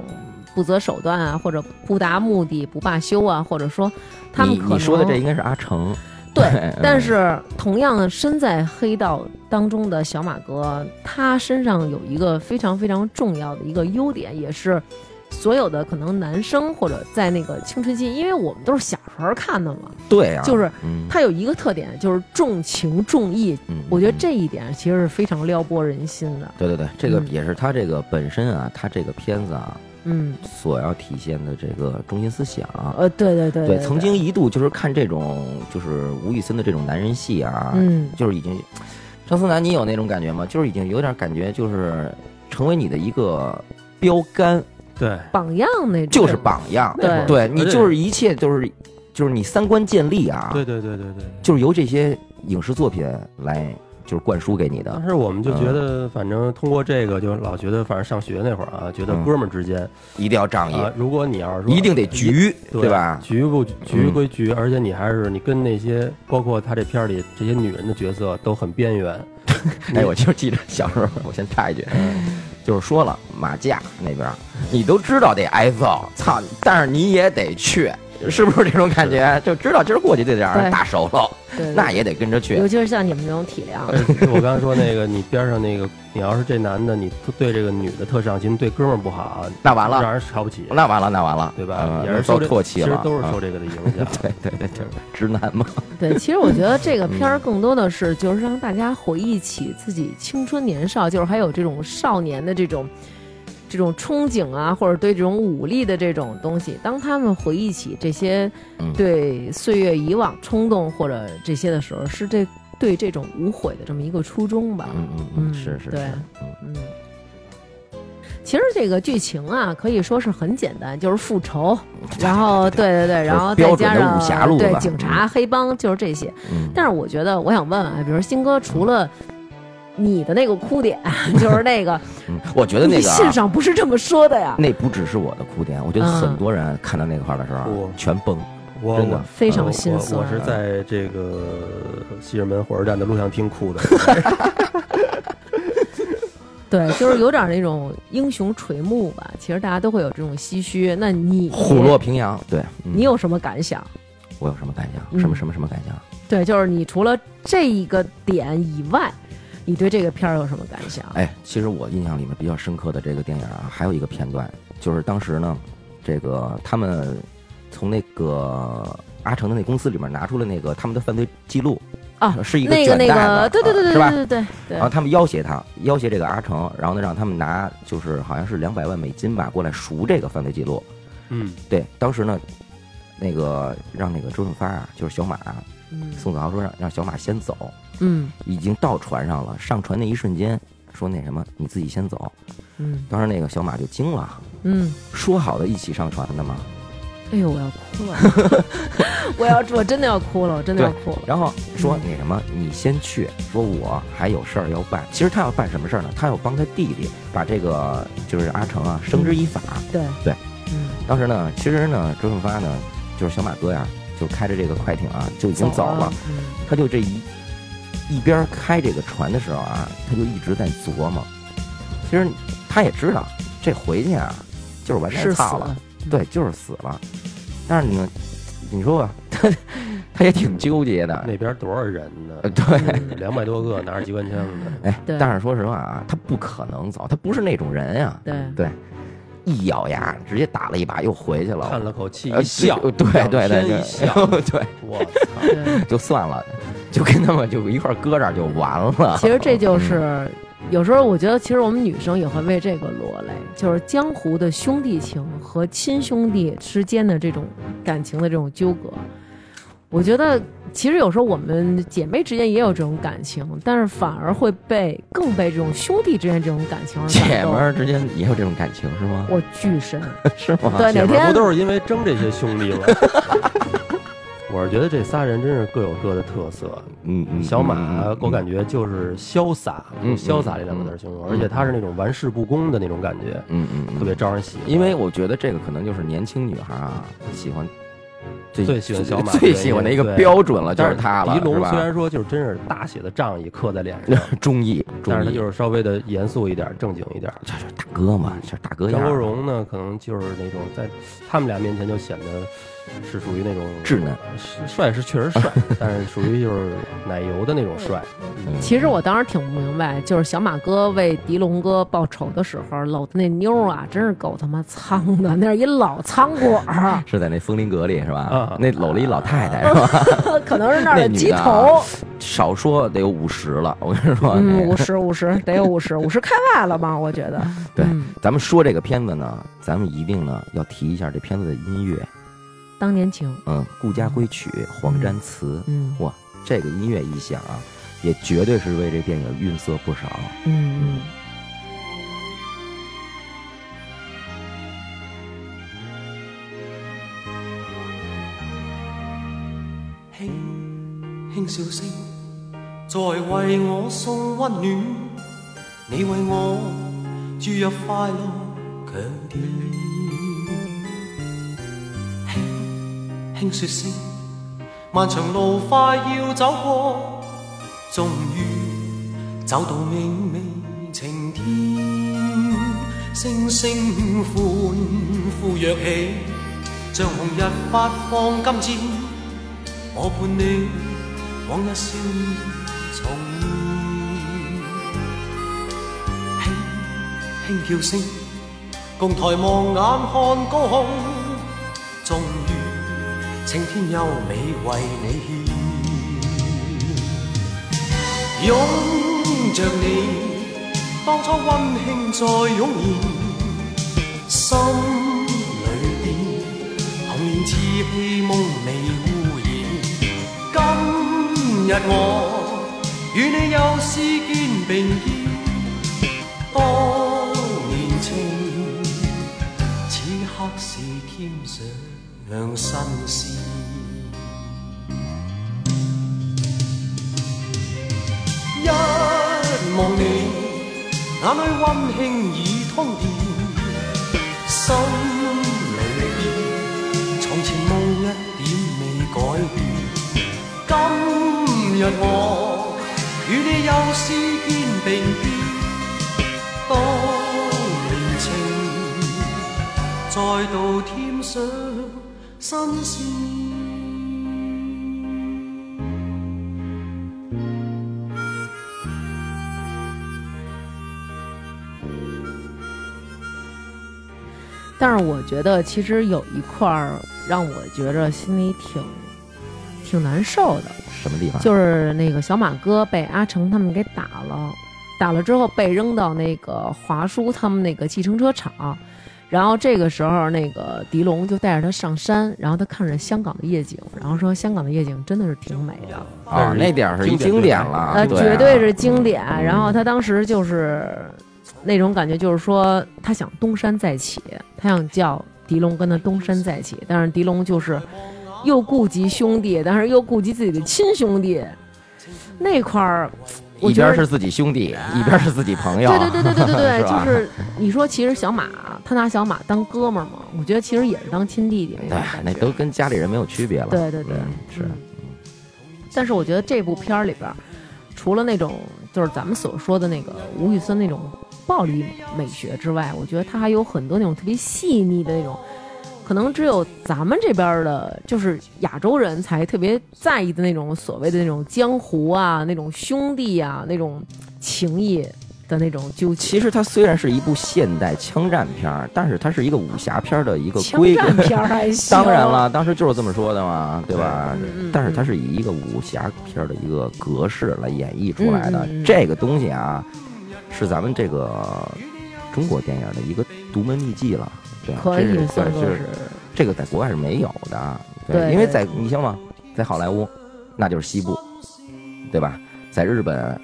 S2: 不择手段啊，或者不达目的不罢休啊，或者说他们
S3: 你
S2: 可能
S3: 你说的这应该是阿成，
S2: 对。
S3: 嗯
S2: 但是，同样身在黑道当中的小马哥，他身上有一个非常非常重要的一个优点，也是所有的可能男生或者在那个青春期，因为我们都是小时候看的 嘛，
S3: 对啊，
S2: 就是
S3: 嗯，
S2: 它有一个特点，就是重情重义。
S3: 嗯
S2: 我觉得
S3: 嗯
S2: 这一点其实是非常撩拨人心的。
S3: 对对对，这个
S2: 嗯
S3: 也是他这个本身啊，他这个片子啊
S2: 嗯，
S3: 所要体现的这个中心思想。啊
S2: 呃，对对对
S3: 对，曾经一度就是看这种就是吴宇森的这种男人戏啊，
S2: 嗯
S3: 就是已经，张思楠，你有那种感觉吗？就是已经有点感觉，就是成为你的一个标杆，
S4: 对，
S2: 榜样那种
S3: 就是榜样。
S2: 对
S3: 对你就是一切都是，就是你三观建立啊，
S4: 对对对对对。
S3: 就是由这些影视作品来就是灌输给你的
S4: 当。
S2: 嗯
S4: 时我们就
S3: 嗯
S4: 觉得，反正通过这个，就老觉得，反正上学那会儿啊，觉得
S3: 嗯
S4: 哥们儿之间
S3: 一定要仗义，
S4: 啊，如果你要是说
S3: 一定得局，对吧？嗯
S4: 局不局归局，而且你还是你跟那些包括他这片儿里这些女人的角色都很边缘。
S3: 哎，我就记得小时候，我先插一句，
S4: 嗯
S3: 就是说了马甲那边儿，你都知道得挨揍，操！但是你也得去，是不是这种感觉？就知道今儿过去就得让人
S2: 对
S3: 打熟了，
S2: 对对
S3: 那也得跟着
S2: 尤
S3: 去。
S2: 其是像你们这种体量，
S4: 而且我刚才说那个，你边上那个，你要是这男的，你对这个女的特上心，对哥们儿不好，
S3: 那完了
S4: 让人瞧不起，
S3: 那完了，那完了，
S4: 对吧？
S3: 嗯
S4: 也是
S3: 都
S4: 受这
S3: 唾弃
S4: 其实
S3: 了，
S4: 都是受
S3: 嗯
S4: 这个的影响。
S3: 对对对对，直男嘛，
S2: 对，其实我觉得这个
S3: 嗯
S2: 片儿更多的是就是让大家回忆起自己青春年少，就是还有这种少年的这种这种憧憬啊，或者对这种武力的这种东西，当他们回忆起这些
S3: 嗯
S2: 对岁月以往冲动或者这些的时候，是这对这种无悔的这么一个初衷吧。
S3: 嗯嗯
S2: 嗯
S3: 嗯，是是是
S2: 对，
S3: 嗯
S2: 嗯，其实这个剧情啊，可以说是很简单，就是复仇，然后对对对，然后
S3: 标
S2: 再
S3: 准
S2: 加
S3: 的
S2: 上
S3: 武侠路子
S2: 对
S3: 吧
S2: 警察、黑帮，就是这些。
S3: 嗯，
S2: 但是我觉得，我想问啊问，比如新哥，除了你的那个哭点， 就是那 个，
S3: 嗯我觉得那
S2: 你
S3: 个啊
S2: 信上不是这么说的呀？
S3: 那不只是我的哭点，我觉得
S2: 嗯
S3: 很多人看到那块儿的时候啊
S4: 不
S3: 全崩，
S4: 我
S3: 真的
S4: 我呃
S2: 非常
S4: 我
S2: 心酸啊
S4: 我我是在这个西直门火车站的录像厅哭的。
S2: 对，就是有点那种英雄垂暮吧。其实大家都会有这种唏嘘。那你
S3: 虎落平阳。对，嗯
S2: 你有什么感想？
S3: 我有什么感想？
S2: 嗯
S3: 什么什么什么感想？
S2: 对，就是你除了这一个点以外，你对这个片儿有什么感想？
S3: 哎，其实我印象里面比较深刻的这个电影啊，还有一个片段，就是当时呢，这个他们从那个阿成的那公司里面拿出了那个他们的犯罪记录
S2: 啊
S3: 是一个
S2: 那个那
S3: 卷带
S2: 个，
S3: 吧
S2: 对对对对
S3: 是吧啊
S2: 对对对对
S3: 然后他们要挟他，要挟这个阿成，然后呢让他们拿就是好像是两百万美金吧过来赎这个犯罪记录。
S4: 嗯，
S3: 对，当时呢，那个让那个周润发啊，就是小马啊
S2: 嗯
S3: 宋子豪说让让小马先走，
S2: 嗯
S3: 已经到船上了，上船那一瞬间说那什么你自己先走，
S2: 嗯
S3: 当时那个小马就惊了。
S2: 嗯，
S3: 说好的一起上船的嘛。
S2: 哎呦，我要哭了， 我要我真的要哭了，我真的要哭了。
S3: 然后说那什么，你先去，说我还有事儿要办。其实他要办什么事儿呢？他要帮他弟弟把这个就是阿成啊绳之以法。
S2: 对
S3: 对，
S2: 嗯。
S3: 当时呢，其实呢，周润发呢，就是小马哥呀，就开着这个快艇啊，就已经走了。
S2: 嗯
S3: 他就这一一边开这个船的时候啊，他就一直在琢磨。其实他也知道，这回去啊，就是完蛋
S2: 是死嗯
S3: 操了。，对，就是死了。但是你们，你说 吧，他他也挺纠结的。
S4: 那边多少人呢
S3: 啊呃？对，
S2: 嗯
S4: 两百多个，拿着机关枪的。
S3: 哎，
S2: 对
S3: 但是说实话啊，他不可能走，他不是那种人呀、
S2: 对
S3: 对，一咬牙直接打了一把又回去了，
S4: 叹了口气，
S3: 呃
S4: 一笑，
S3: 对对对对，
S4: 仰天
S3: 对
S4: 一笑，
S3: 对，
S4: 我操！
S2: 嗯对
S3: 就算了，就跟他们就一块儿搁这儿就完了。
S2: 其实这 就是，有时候我觉得，其实我们女生也会为这个落泪，就是江湖的兄弟情和亲兄弟之间的这种感情的这种纠葛。我觉得，其实有时候我们姐妹之间也有这种感情，但是反而会被更被这种兄弟之间这种感情而
S3: 姐
S2: 感
S3: 们
S2: 动。
S3: 儿之间也有这种感情是吗？
S2: 我巨深，
S3: 是吗？
S2: 对，哪
S4: 姐们儿
S2: 天
S4: 不都是因为争这些兄弟吗？ 我是觉得这仨人真是各有各的特色。
S3: 嗯嗯，
S4: 小
S3: 嗯
S4: 马，
S3: 嗯
S4: 我感觉就是潇洒，
S3: 嗯
S4: 用潇洒这两个字儿形容，而且他是那种玩世不恭的那种感觉，
S3: 嗯嗯嗯
S4: 特别招人喜欢。
S3: 因为我觉得这个可能就是年轻女孩啊喜欢最
S4: 最喜欢小马
S3: 最喜欢的一个
S4: 对
S3: 标准了，就
S4: 但
S3: 是他了，
S4: 狄龙
S3: 是
S4: 虽
S3: 吧？
S4: 然说就是真是大写的仗义刻在脸 上，
S3: 中意，
S4: 但
S3: 中
S4: 是他
S3: 意，
S4: 就是稍微的严肃一点，正经一点。
S3: 这是大哥嘛，这是大哥样
S4: 张
S3: 儿。
S4: 国荣呢，可能就是那种在他们俩面前就显得是属于那种
S3: 稚嫩，
S4: 是帅是确实 帅，但是属于就是奶油的那种帅。
S3: 嗯
S2: 其实我当时挺不明白，就是小马哥为狄龙哥报仇的时候搂的那妞儿啊，真是够他妈苍的，那是一老苍果
S3: ，
S2: 儿啊
S3: 是在那风林阁里是吧
S4: 啊？
S3: 那搂了一老太太 是吧？
S2: 可能是那儿
S3: 那
S2: 的
S3: 女的
S2: 鸡头
S3: 啊。少说得有五十了，我跟你说。哎
S2: 嗯，
S3: 那
S2: 五十五十得有五十五十开外了吧？我觉得，
S3: 对
S2: 嗯，
S3: 咱们说这个片子呢，咱们一定呢要提一下这片子的音乐，
S2: 当年情，
S3: 嗯，顾家辉曲、黄沾词，
S2: 嗯
S3: 哇，这个音乐一响啊，也绝对是为这电影润色不少。
S2: 嗯
S5: 轻轻笑声，在为我送温暖。你为我注入快乐强电，轻轻说声，漫长路快要走过，终于走到明媚晴天。声声欢呼跃起，像红日发放金箭。我伴你往日笑意重现，轻輕叫聲，共抬望眼看高空，終於晴天優美為你獻，擁着你，當初温馨再湧現，心裏邊。童年稚氣夢未污染。今日我與你又試肩並肩，當年情，此刻是添上新鮮。一望你，眼裏温馨已通電，心裏邊。從前夢一點未改變，今日我與你又試肩並肩，當年情再度添上新鮮。
S2: 但是我觉得其实有一块儿让我觉着心里挺挺难受的，
S3: 什么地方？啊
S2: 就是那个小马哥被阿成他们给打了，打了之后被扔到那个华叔他们那个计程车厂，然后这个时候那个狄龙就带着他上山，然后他看着香港的夜景，然后说香港的夜景真的是挺美的，
S3: 啊，那点儿是一经
S4: 经典
S3: 典了，
S2: 呃，
S3: 对啊
S2: 绝对是经典。然后他当时就是那种感觉，就是说他想东山再起，他想叫狄龙跟他东山再起，但是狄龙就是又顾及兄弟，但是又顾及自己的亲兄弟那块儿。我
S3: 一
S2: 觉得啊
S3: 边是自己兄弟，一边是自己朋友。
S2: 对对对对对对对，
S3: 是
S2: 就
S3: 吧
S2: 是你说，其实小马他拿小马当哥们儿嘛，我觉得其实也是当亲弟弟那种
S3: 对，
S2: 感
S3: 哎那
S2: 觉
S3: 都跟家里人没有区别了。
S2: 对对对
S3: 嗯是。
S2: 但是我觉得这部片儿里边儿，除了那种就是咱们所说的那个吴宇森那种暴力美学之外，我觉得他还有很多那种特别细腻的那种，可能只有咱们这边儿的，就是亚洲人才特别在意的那种所谓的那种江湖啊、那种兄弟啊、那种情谊的那种纠结。
S3: 其实它虽然是一部现代枪战片儿，但是它是一个武侠片儿的一个
S2: 枪
S3: 规格。
S2: 战片儿还行，
S3: 当然了，当时就是这么说的嘛，对吧？
S2: 嗯嗯
S3: 但是它是以一个武侠片儿的一个格式来演绎出来的，
S2: 嗯嗯嗯
S3: 这个东西啊，是咱们这个中国电影的一个独门秘技了。对啊，
S2: 可
S3: 这
S2: 以
S3: 是
S2: 算
S3: 对
S2: 作
S3: 这
S2: 是
S3: 这个在国外是没有的，
S2: 对
S3: 因为
S2: 对
S3: 在你想嘛，在好莱坞那就是西部，对吧？在日本，嗯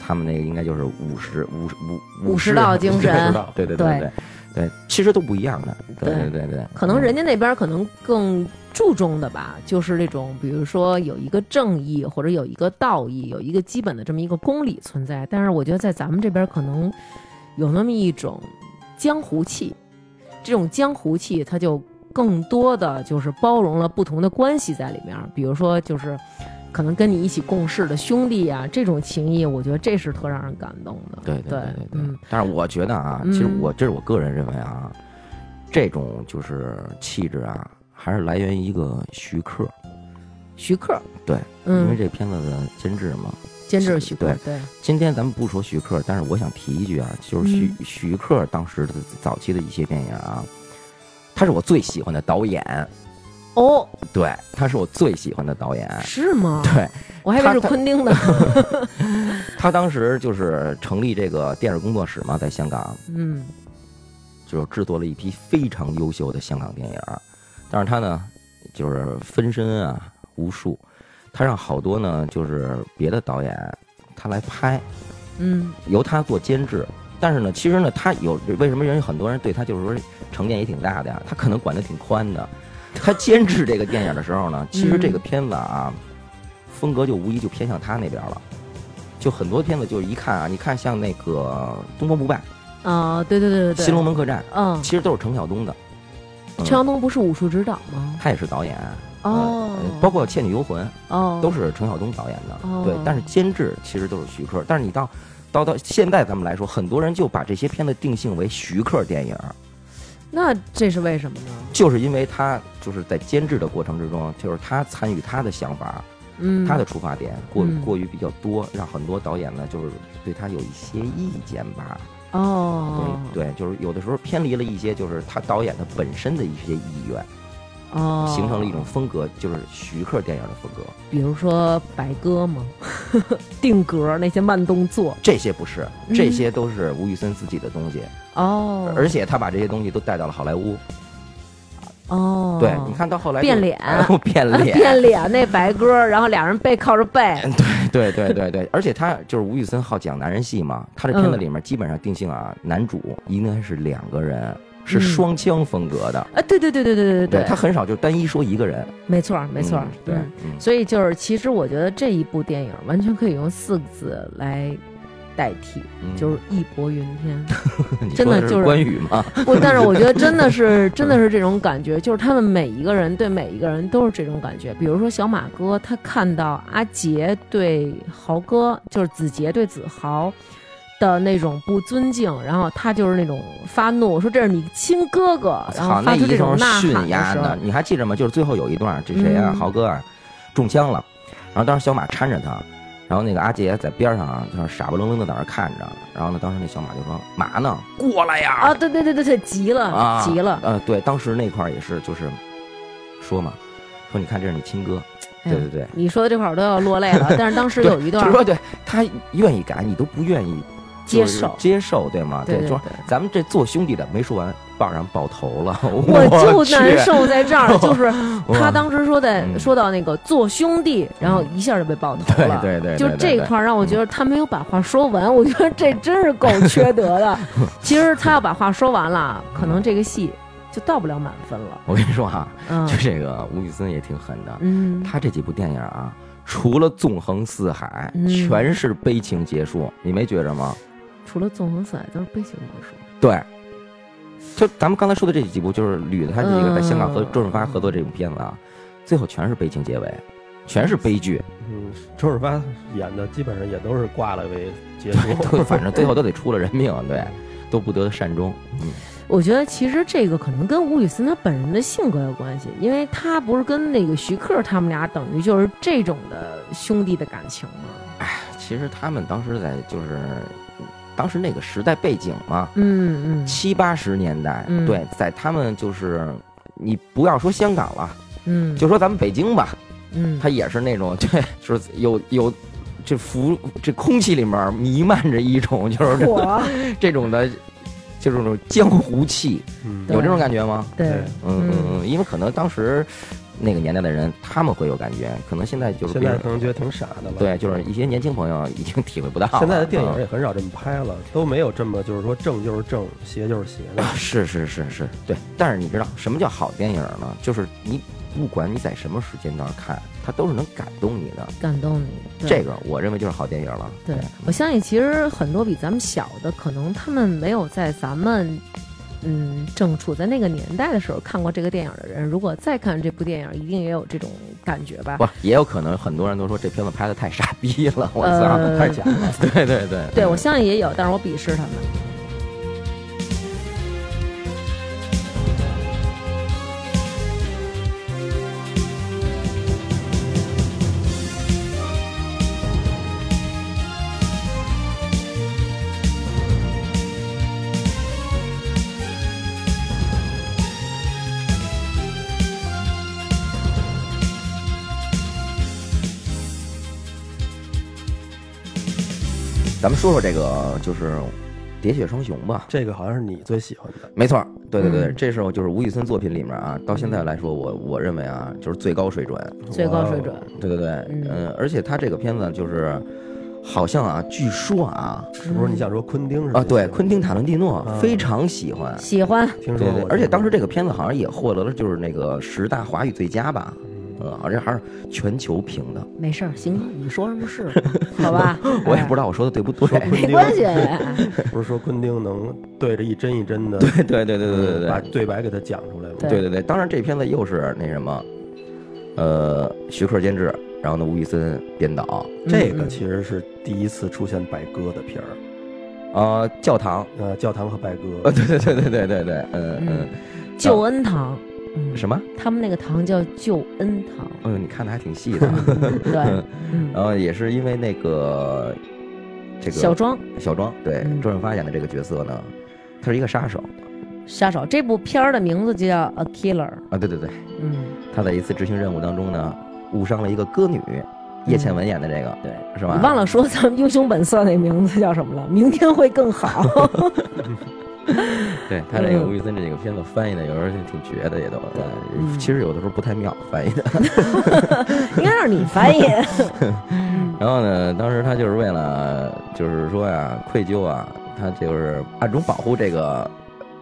S3: 他们那个应该就是五十五十五
S2: 武士道精神
S4: 武士道
S3: 对对对对对，其实都不一样的，对
S2: 对
S3: 对对嗯对，
S2: 可能人
S3: 家
S2: 家那边儿可能更注重的吧，就是这种，比如说有一个正义或者有一个道义，有一个基本的这么一个公理存在。但是我觉得在咱们这边儿可能有那么一种江湖气，这种江湖气它就更多的就是包容了不同的关系在里面，比如说就是可能跟你一起共事的兄弟啊，这种情谊，我觉得这是特让人感动的。
S3: 对
S2: 对
S3: 对对对。
S2: 嗯
S3: 但是我觉得啊，其实
S2: 嗯
S3: 我这是我个人认为啊，这种就是气质啊，还是来源于一个徐克，
S2: 徐克，
S3: 对，因为
S2: 嗯，
S3: 这片子的监制嘛。
S2: 监制徐克
S3: 对，
S2: 对，
S3: 今天咱们不说徐克，但是我想提一句啊，就是徐、
S2: 嗯
S3: 徐克当时的早期的一些电影啊，他是我最喜欢的导演，
S2: 哦，
S3: 对，他是我最喜欢的导演，
S2: 是吗？
S3: 对
S2: 我还以为是
S3: 他他
S2: 昆汀呢。
S3: 他当时就是成立这个电影工作室嘛，在香港，
S2: 嗯，
S3: 就是制作了一批非常优秀的香港电影儿，但是他呢，就是分身啊无数，他让好多呢就是别的导演他来拍，
S2: 嗯
S3: 由他做监制。但是呢，其实呢，他有为什么人有很多人对他就是说成见也挺大的呀？他可能管得挺宽的。他监制这个电影的时候呢，其实这个片子啊，风格就无疑就偏向他那边了。就很多片子就是一看啊，你看像那个《东方不败》
S2: 啊，对对对对
S3: 《
S2: 对，
S3: 新龙门客栈》，
S2: 嗯，
S3: 其实都是程晓东的。嗯
S2: 陈晓东不是武术指导吗？
S3: 他也是导演，
S2: 哦
S3: 呃，包括《倩女幽魂》
S2: 哦，
S3: 都是陈晓东导演的，
S2: 哦
S3: 对，但是监制其实都是徐克。但是你到到到现在咱们来说，很多人就把这些片子定性为徐克电影，
S2: 那这是为什么呢？
S3: 就是因为他就是在监制的过程之中，就是他参与他的想法，
S2: 嗯，
S3: 他的出发点过
S2: 嗯
S3: 过于比较多，让很多导演呢就是对他有一些意见吧，
S2: 哦
S3: 对对，就是有的时候偏离了一些就是他导演的本身的一些意愿，
S2: 哦，
S3: 形成了一种风格，就是徐克电影的风格。
S2: 比如说白鸽嘛， 定格那些慢动作
S3: 这些不是，
S2: 嗯
S3: 这些都是吴宇森自己的东西，
S2: 哦，
S3: 而且他把这些东西都带到了好莱坞。
S2: 哦，
S3: 对，你看到后来就
S2: 变脸
S3: 变
S2: 啊
S3: 脸，
S2: 变脸那白鸽，然后俩人背靠着背，
S3: 对对对对，而且他就是吴宇森好讲男人戏嘛，
S2: 嗯
S3: 他这片子里面基本上定性啊，男主应该是两个人，是
S2: 嗯
S3: 双枪风格的，
S2: 啊，对对对对对对
S3: 对他很少就单一说一个人，
S2: 没错没错
S3: 嗯，对
S2: 嗯，
S3: 嗯
S2: 所以就是，其实我觉得这一部电影完全可以用四个字来代替，
S3: 嗯
S2: 就是义薄云 天。
S3: 你
S2: 真
S3: 说
S2: 的
S3: 的
S2: 就是
S3: 关羽嘛，
S2: 不，但是我觉得真的是，真的是这种感觉，就是他们每一个人对每一个人都是这种感觉。比如说小马哥，他看到阿杰对豪哥，就是子杰对子豪。的那种不尊敬，然后他就是那种发怒，说这是你亲哥哥，然
S3: 操，
S2: 后
S3: 啊那
S2: 发出
S3: 一
S2: 这种
S3: 通
S2: 呐
S3: 训
S2: 喊
S3: 压
S2: 时候
S3: 的，，你还记着吗？就是最后有一段，这谁啊，
S2: 嗯
S3: 豪哥啊，中枪了，然后当时小马搀着他，然后那个阿杰在边上啊，就是傻不愣愣的在那儿看着，然后呢，当时那小马就说：“嘛呢？过来
S2: 啊，
S3: 呀
S2: 对对对对对，急了，！”嗯急了，
S3: 呃，对，当时那块儿也是，就是说嘛，说你看这是你亲哥，
S2: 哎
S3: 对
S2: 呀
S3: 对对，
S2: 你说的这块儿我都要落泪了，但是当时
S3: 对
S2: 有一段
S3: 就是说对他愿意改，你都不愿意
S2: 接
S3: 就是
S2: 受
S3: 接受，对吗？
S2: 对对
S3: 就说
S2: 对
S3: 咱们这做兄弟的没说完，爆让爆头了，
S2: 我就
S3: 去
S2: 难受在这儿，就是他当时说在
S3: 嗯
S2: 说到那个做兄弟，然后一下就被爆头
S3: 对
S2: 了。
S3: 对对，
S2: 就是
S3: 对
S2: 这一。
S3: 对嗯
S2: 块儿让我觉得他没有把话说完， 我觉得这真是够缺德 的。其实他要把话说完了，可能这个戏就到不了满分了。
S3: 我跟你说哈、
S2: 嗯
S3: 就这个吴宇森也挺狠的，
S2: 嗯，
S3: 他这几部电影啊，除了纵横四海，
S2: 嗯
S3: 全是悲情结束，你没觉着吗？
S2: 除了纵横四海都是悲情魔术。
S3: 对，就咱们刚才说的这几部，就是捋的他这个在香港和
S2: 嗯
S3: 周润发合作这部片子啊，最后全是悲情结尾，全是悲剧，
S4: 嗯，周润发演的基本上也都是挂了为结束，
S3: 都反正最后都得出了人命，对，都不得善终。嗯，
S2: 我觉得其实这个可能跟吴宇森他本人的性格有关系，因为他不是跟那个徐克他们俩等于就是这种的兄弟的感情嘛。
S3: 其实他们当时在就是当时那个时代背景嘛，
S2: 嗯嗯
S3: 七八十年代，
S2: 嗯
S3: 对，在他们就是你不要说香港了，
S2: 嗯，
S3: 就说咱们北京吧，
S2: 嗯，
S3: 它也是那种 对，就是有有这浮这空气里面弥漫着一种就是这
S2: 火，
S3: 这种的，就是这种江湖气，
S4: 嗯
S2: 对
S3: 有这种感觉吗？
S2: 对，
S3: 嗯
S2: 嗯
S3: 嗯嗯，因为可能当时那个年代的人他们会有感觉，可能现在就是
S4: 现
S3: 比如
S4: 在可能觉得挺傻的了。
S3: 对，就是一些年轻朋友已经体会不到了
S4: 现在的电影
S3: 嗯
S4: 也很少这么拍了，都没有这么就是说正就是正，邪就是邪 的。
S3: 啊，是是是是，对。但是你知道什么叫好电影呢？就是你不管你在什么时间段看，它都是能感动你的。
S2: 感动你。对
S3: 这个我认为就是好电影了。
S2: 对我相信，其实很多比咱们小的，可能他们没有在咱们嗯，正处在那个年代的时候看过这个电影的人，如果再看这部电影，一定也有这种感觉吧？
S3: 不，也有可能很多人都说这片子拍的太傻逼了，我操，
S2: 呃
S3: 太假了。对对对，
S2: 对，我相信也有，但是我鄙视他们。
S3: 咱们说说这个就是《喋血双雄》吧。
S4: 这个好像是你最喜欢的，
S3: 没错儿，对对对，
S2: 嗯
S3: 这是我就是吴宇森作品里面啊，到现在来说，我我认为啊，就是最高水准。
S2: 最高水准
S4: 哇哦
S3: 对对对，
S2: 嗯
S3: 嗯，而且他这个片子就是，好像啊，据说啊，
S4: 是不是？你想说昆汀是吧
S3: 啊，对，昆汀塔伦蒂诺
S4: 啊
S3: 非常喜欢。
S2: 喜欢，
S4: 听
S3: 对
S4: 说
S3: 对，
S4: 过，
S3: 而且当时这个片子好像也获得了就是那个十大华语最佳吧，嗯，而且还是全球评的，
S2: 没事儿，行，你说什么是什么 好吧？
S3: 我也不知道我哎说的对不对。
S4: 说昆汀
S2: 没关系，哎
S4: 不是说昆汀能对着一帧一帧的，
S3: 对对对对对对
S4: 把
S3: 对
S4: 对白给他讲出来吗？
S2: 嗯对
S3: 对对对，当然这片子又是那什么，呃，徐克监制，然后呢，吴宇森编导，
S4: 这
S3: 嗯
S4: 个其实是第一次出现白鸽的片儿，
S3: 啊，教堂，
S4: 呃，教堂和白鸽，
S3: 呃，对对对对对对对，嗯嗯
S2: 嗯，救恩堂，嗯，
S3: 什么？
S2: 他们那个堂叫救恩堂，
S3: 哎呦，你看的还挺细的。
S2: 对，嗯，
S3: 然后也是因为那个这个
S2: 小庄
S3: 小庄对
S2: 嗯
S3: 周润发演的这个角色呢，他是一个杀手
S2: 杀手这部片儿的名字就叫《A Killer》，
S3: 啊，对对对，
S2: 嗯，
S3: 他在一次执行任务当中呢，误伤了一个歌女，叶倩文演的这个，
S2: 嗯对，
S3: 是吧？
S2: 你忘了说咱们《英雄本色》那名字叫什 么了？明天会更 好。
S3: 对他这个
S2: 嗯
S3: 吴宇森这个片子翻译的有时候挺绝的，也都对
S2: 嗯
S3: 其实有的时候不太妙翻译的。
S2: 应该让你翻译。嗯
S3: 然后呢，当时他就是为了就是说呀愧疚啊，他就是暗中保护这个。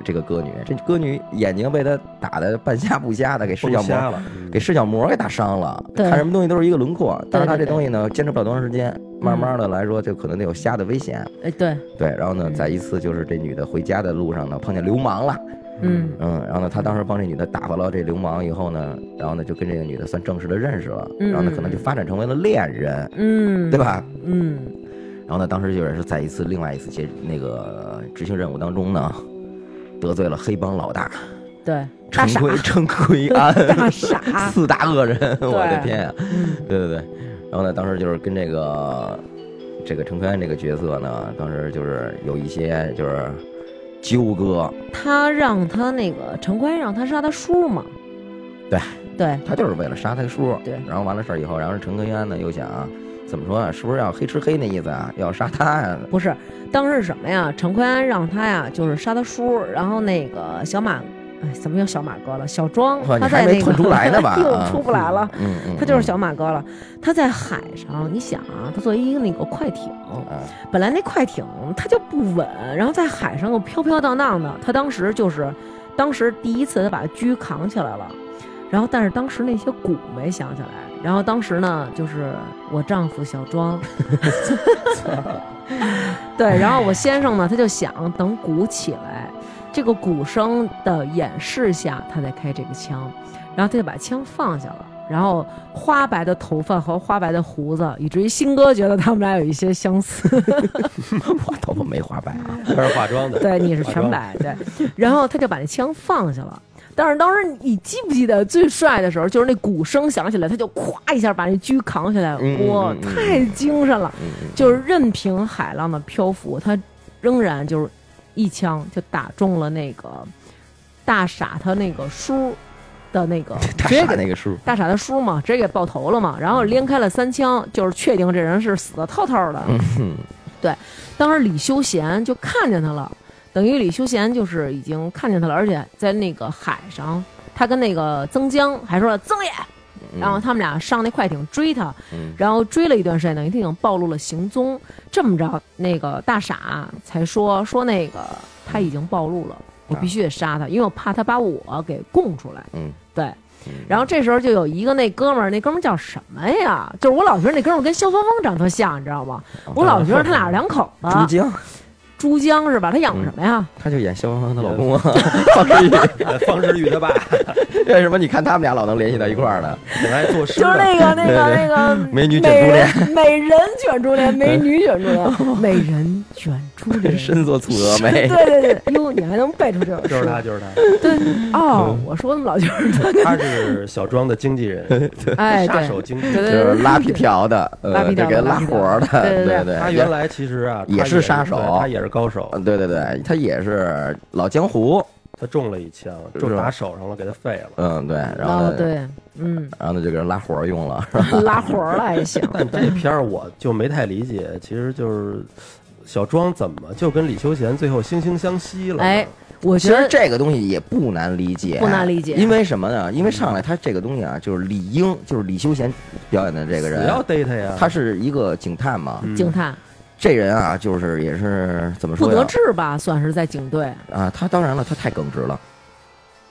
S3: 这个歌女，这歌女眼睛被他打的半瞎不瞎的，给视
S4: 崩
S3: 角膜
S4: 瞎了，嗯
S3: 给视角膜给打伤了，
S2: 对
S3: 看什么东西都是一个轮廓。但是他
S2: 对
S3: 这
S2: 对嗯
S3: 东西呢，坚持不了多长时间，慢慢的来说就可能得有瞎的危险。
S2: 哎，对，
S3: 对，然后呢，
S2: 嗯
S3: 在一次就是这女的回家的路上呢，碰见流氓了，
S2: 嗯
S3: 嗯，然后呢，他当时帮这女的打发了这流氓以后呢，然后呢就跟这个女的算正式的认识了，
S2: 嗯
S3: 然后呢可能就发展成为了恋人，
S2: 嗯，
S3: 对？吧？
S2: 嗯，
S3: 然后呢，当时就是是在一次另外一次接那个执行任务当中呢，得罪了黑帮老大
S2: 对，啊大
S3: 陈
S2: 傻，
S3: 奎陈奎安
S2: 大傻，
S3: 四大恶人，我的
S2: 对
S3: 天呀、
S2: 嗯
S3: 对对对，然后呢，当时就是跟这个这个陈可安这个角色呢，当时就是有一些就是纠葛，
S2: 他让他那个陈坤让他杀他叔嘛。
S3: 对
S2: 对，
S3: 他就是为了杀他叔，
S2: 对
S3: 然后完了事儿以后，然后陈可安呢又想怎么说啊，是不是要黑吃黑那意思啊，要杀他呀、
S2: 不是，当时是什么呀？陈坤安让他呀，就是杀他叔，然后那个小马，哎，怎么又小马哥了？小庄，他
S3: 哇你还
S2: 在
S3: 没
S2: 那个
S3: 吐出来呢吧
S2: 又出不来了。
S3: 嗯嗯，
S2: 他就是
S3: 嗯
S2: 小马哥了，他在海上，你想啊，他作为一个那个快艇，
S3: 啊，
S2: 本来那快艇它就不稳，然后在海上又飘飘荡荡的。他当时就是，当时第一次他把狙扛起来了，然后但是当时那些鼓没响起来。然后当时呢，就是我丈夫小庄，对，然后我先生呢，他就想等鼓起来，这个鼓声的掩饰下，他再开这个枪，然后他就把枪放下了。然后花白的头发和花白的胡子，以至于新哥觉得他们俩有一些相似。
S3: 我嗯头发没花白 啊，
S4: 他是化妆的，
S2: 对，你是全白，对。然后他就把那枪放下了。但是当时你记不记得最帅的时候，就是那鼓声响起来，他就咵一下把那狙扛起来，
S3: 嗯
S2: 哇
S3: 嗯，嗯
S2: 太精神了！
S3: 嗯嗯，，
S2: 就是任凭海浪的漂浮，他仍然就是一枪就打中了那个大傻他那个叔的那个
S3: 他
S2: 直接
S3: 杀
S2: 给
S3: 那个叔，
S2: 大傻他叔嘛，直接给爆头了嘛，然后连开了三枪，就是确定这人是死的透透的。
S3: 嗯哼，
S2: 当时李修贤就看见他了，等于李修贤就是已经看见他了，而且在那个海上，他跟那个曾江还说了曾爷，
S3: 嗯
S2: 然后他们俩上那快艇追他，
S3: 嗯
S2: 然后追了一段时间，等于他已经暴露了行踪。这么着，那个大傻才说说那个他已经暴露了，我必须得杀他，因为我怕他把我给供出来。
S3: 嗯
S2: 对，
S3: 嗯
S2: 然后这时候就有一个那哥们儿，那哥们儿叫什么呀？就是
S3: 哦
S2: 我老觉得那哥们儿跟萧芳芳长特像，你知道吗？我老觉得他俩是两口子。
S3: 朱江，
S2: 朱珠江是吧？他演什么呀？
S3: 他就演消防员的老公啊， 方世玉。
S4: 呃方世玉他爸
S3: 为什么你看他们俩老能联系到一块儿呢？
S4: 本来作诗
S2: 就是
S4: 的，
S2: 那个那个
S3: 对
S2: 那
S3: 对
S2: 个
S3: 美女卷珠帘
S2: 人，美人卷珠帘，美女卷珠 帘，美人卷珠帘。
S3: 深作蹙峨眉
S2: 对，对对，哎呦，你还能背出这首
S4: 就是
S2: 诗
S4: 他，就是他。
S2: 哦！我说怎么老就是他？
S4: 他是小庄的经纪 人，
S2: 哎，
S4: 杀
S2: 对，
S4: 手经纪
S2: 对
S4: 人。
S3: 就
S2: 对
S3: 是
S2: 对，
S3: 拉皮条的，呃
S2: 拉皮条
S3: 就
S2: 的
S3: 给
S2: 拉
S3: 拉
S2: 皮条
S3: 活儿的，
S2: 对对对
S3: 对。
S4: 他原来其实啊，
S3: 也
S4: 他
S3: 是杀手
S4: 对他也是高手
S3: 嗯，，对对对，他也是老江湖，
S4: 他中了一枪，
S3: 是
S4: 中
S3: 吧
S4: 打手上了，给他废了。
S3: 嗯对，然后
S2: 哦
S3: 呢，
S2: 对，嗯，
S3: 然后呢就给人拉活儿用了，
S2: 拉活儿了还行。
S4: 但这片儿我就没太理解，其实就是小庄怎么就跟李修贤最后惺惺相惜了呢？
S2: 哎，我
S3: 其
S2: 觉
S3: 实
S2: 得
S3: 这个东西也不难理解，
S2: 不难理解
S3: 因为什么呢？因为上来他这个东西啊，就是李英，就是李修贤表演的这个
S4: 只要
S3: 人，
S4: 逮他呀，
S3: 他是一个警探嘛。
S4: 嗯
S2: 警探
S3: 这人啊，就是也是怎么
S2: 不
S3: 说呀
S2: 得志吧，算是在警队。
S3: 啊，他当然了，他太耿直了，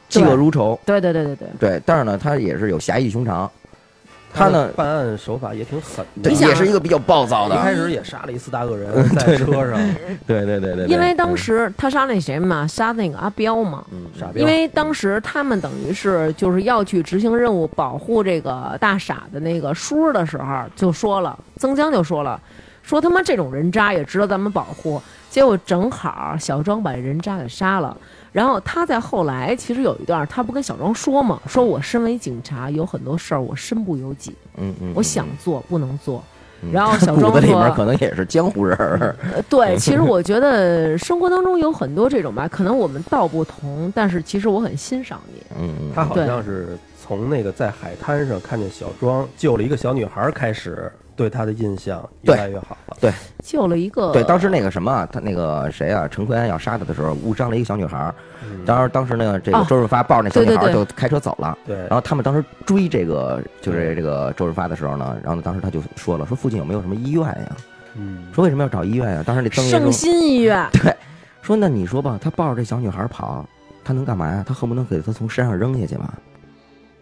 S2: 对
S3: 嫉恶如仇。
S2: 对对对对对，
S3: 对，但是呢，他也是有侠义胸肠，
S4: 他
S3: 他
S4: 的
S3: 呢
S4: 办案手法也挺狠的，
S3: 对
S2: 你想
S3: 也是一个比较暴躁
S4: 一
S3: 的。
S4: 开始也杀了一四大恶 人，在车上
S3: 对对对对对。
S2: 因为当
S3: 嗯
S2: 时他杀那谁嘛，杀那个阿彪嘛。
S4: 傻彪，
S2: 因为当时他们等于是就是要去执行任务，保护这个大傻的那个叔的时候，就说了，曾江就说了，说他妈这种人渣也值得咱们保护。结果正好小庄把人渣给杀了，然后他在后来其实有一段，他不跟小庄说嘛，说我身为警察，有很多事儿我身不由己，
S3: 嗯嗯，嗯
S2: 我想做不能做。
S3: 嗯
S2: 然后小
S3: 骨
S2: 庄
S3: 子里
S2: 说
S3: 面可能也是江湖人儿。
S2: 呃
S3: 嗯
S2: 对，其实我觉得生活当中有很多这种吧，可 能我们道不同，但是其实我很欣赏你。
S3: 嗯嗯，
S4: 他好
S2: 对
S4: 像是从那个在海滩上看见小庄救了一个小女孩开始，对他的印象越
S3: 对
S4: 来越好了。
S2: 救了一个
S3: 对，当时那个什么啊，他那个谁啊，陈奎安要杀他的时候，误伤了一个小女孩儿。当时当时呢，这个
S2: 嗯哦
S3: 周润发抱着那小
S2: 对
S3: 女
S2: 对
S3: 孩儿
S2: 对
S3: 就开车走了。
S4: 对啊
S3: 然后他们当时追这个，就是
S2: 嗯
S3: 这个周润发的时候呢，然后呢，当时他就说了，说附近有没有什么医院呀？
S4: 嗯，
S3: 说为什么要找医院呀？当时那曾爷
S2: 圣
S3: 说，
S2: 心医院，
S3: 对，说那你说吧，他抱着这小女孩儿跑，他能干嘛呀？他恨不能给她从山上扔下去吧？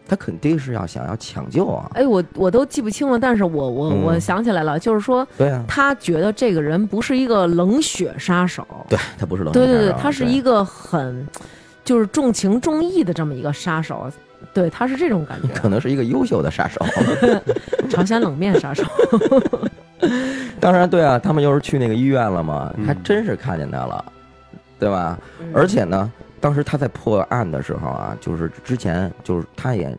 S3: 他肯定是要想要抢救啊。
S2: 哎，我我都记不清了，但是我我、
S3: 嗯
S2: 我想起来了，就是说
S3: 对啊，
S2: 他觉得这个人不是一个冷血杀手，
S3: 对他不是冷
S2: 对对
S3: 血
S2: 对
S3: 杀手啊
S2: 他是一个很就是重情重义的这么一个杀手，对，他是这种感 觉，
S3: 可能是一个优秀的杀手。
S2: 朝鲜冷面 杀手，
S3: 当然，对啊，他们又是去那个医院了嘛，还真是看见他了，对吧？而且呢，当时他在破案的时候啊，就是之前就是他也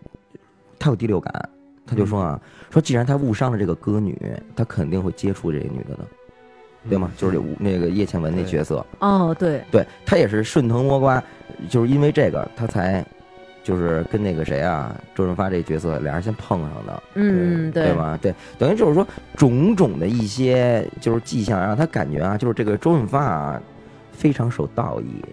S3: 他有第六感，他就说啊，说既然他误伤了这个歌女，他肯定会接触这个女的的，
S4: 嗯
S3: 对吗？就是这吴那个叶倩文那角色，
S2: 哦，对，
S3: 对他也是顺藤摸瓜，就是因为这个他才。就是跟那个谁啊，周润发这角色，俩人先碰上的，
S2: 嗯，
S3: 对
S2: 对
S3: 吧？对，等于就是说种种的一些就是迹象，让他感觉啊，就是这个周润发啊，非常守道义，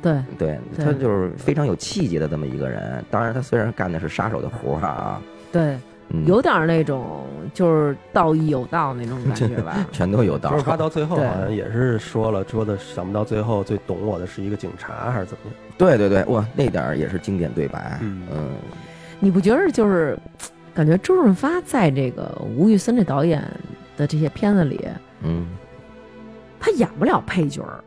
S2: 对
S3: 对
S2: 对
S3: 他就是非常有气节的这么一个人。当然，他虽然干的是杀手的活儿啊，
S2: 对，
S3: 嗯，。
S2: 有点儿那种就是道义有道那种感觉吧
S3: 全都有
S4: 周
S3: 道
S4: 润发到最后好
S2: 对
S4: 像也是说了，说的想不到最后最懂我的是一个警察还是怎么样？
S3: 对对对，哇，那点儿也是经典对白，
S4: 嗯
S3: 嗯，
S2: 你不觉得就是感觉周润发在这个吴宇森这导演的这些片子里，
S3: 嗯
S2: 他演不了配角儿，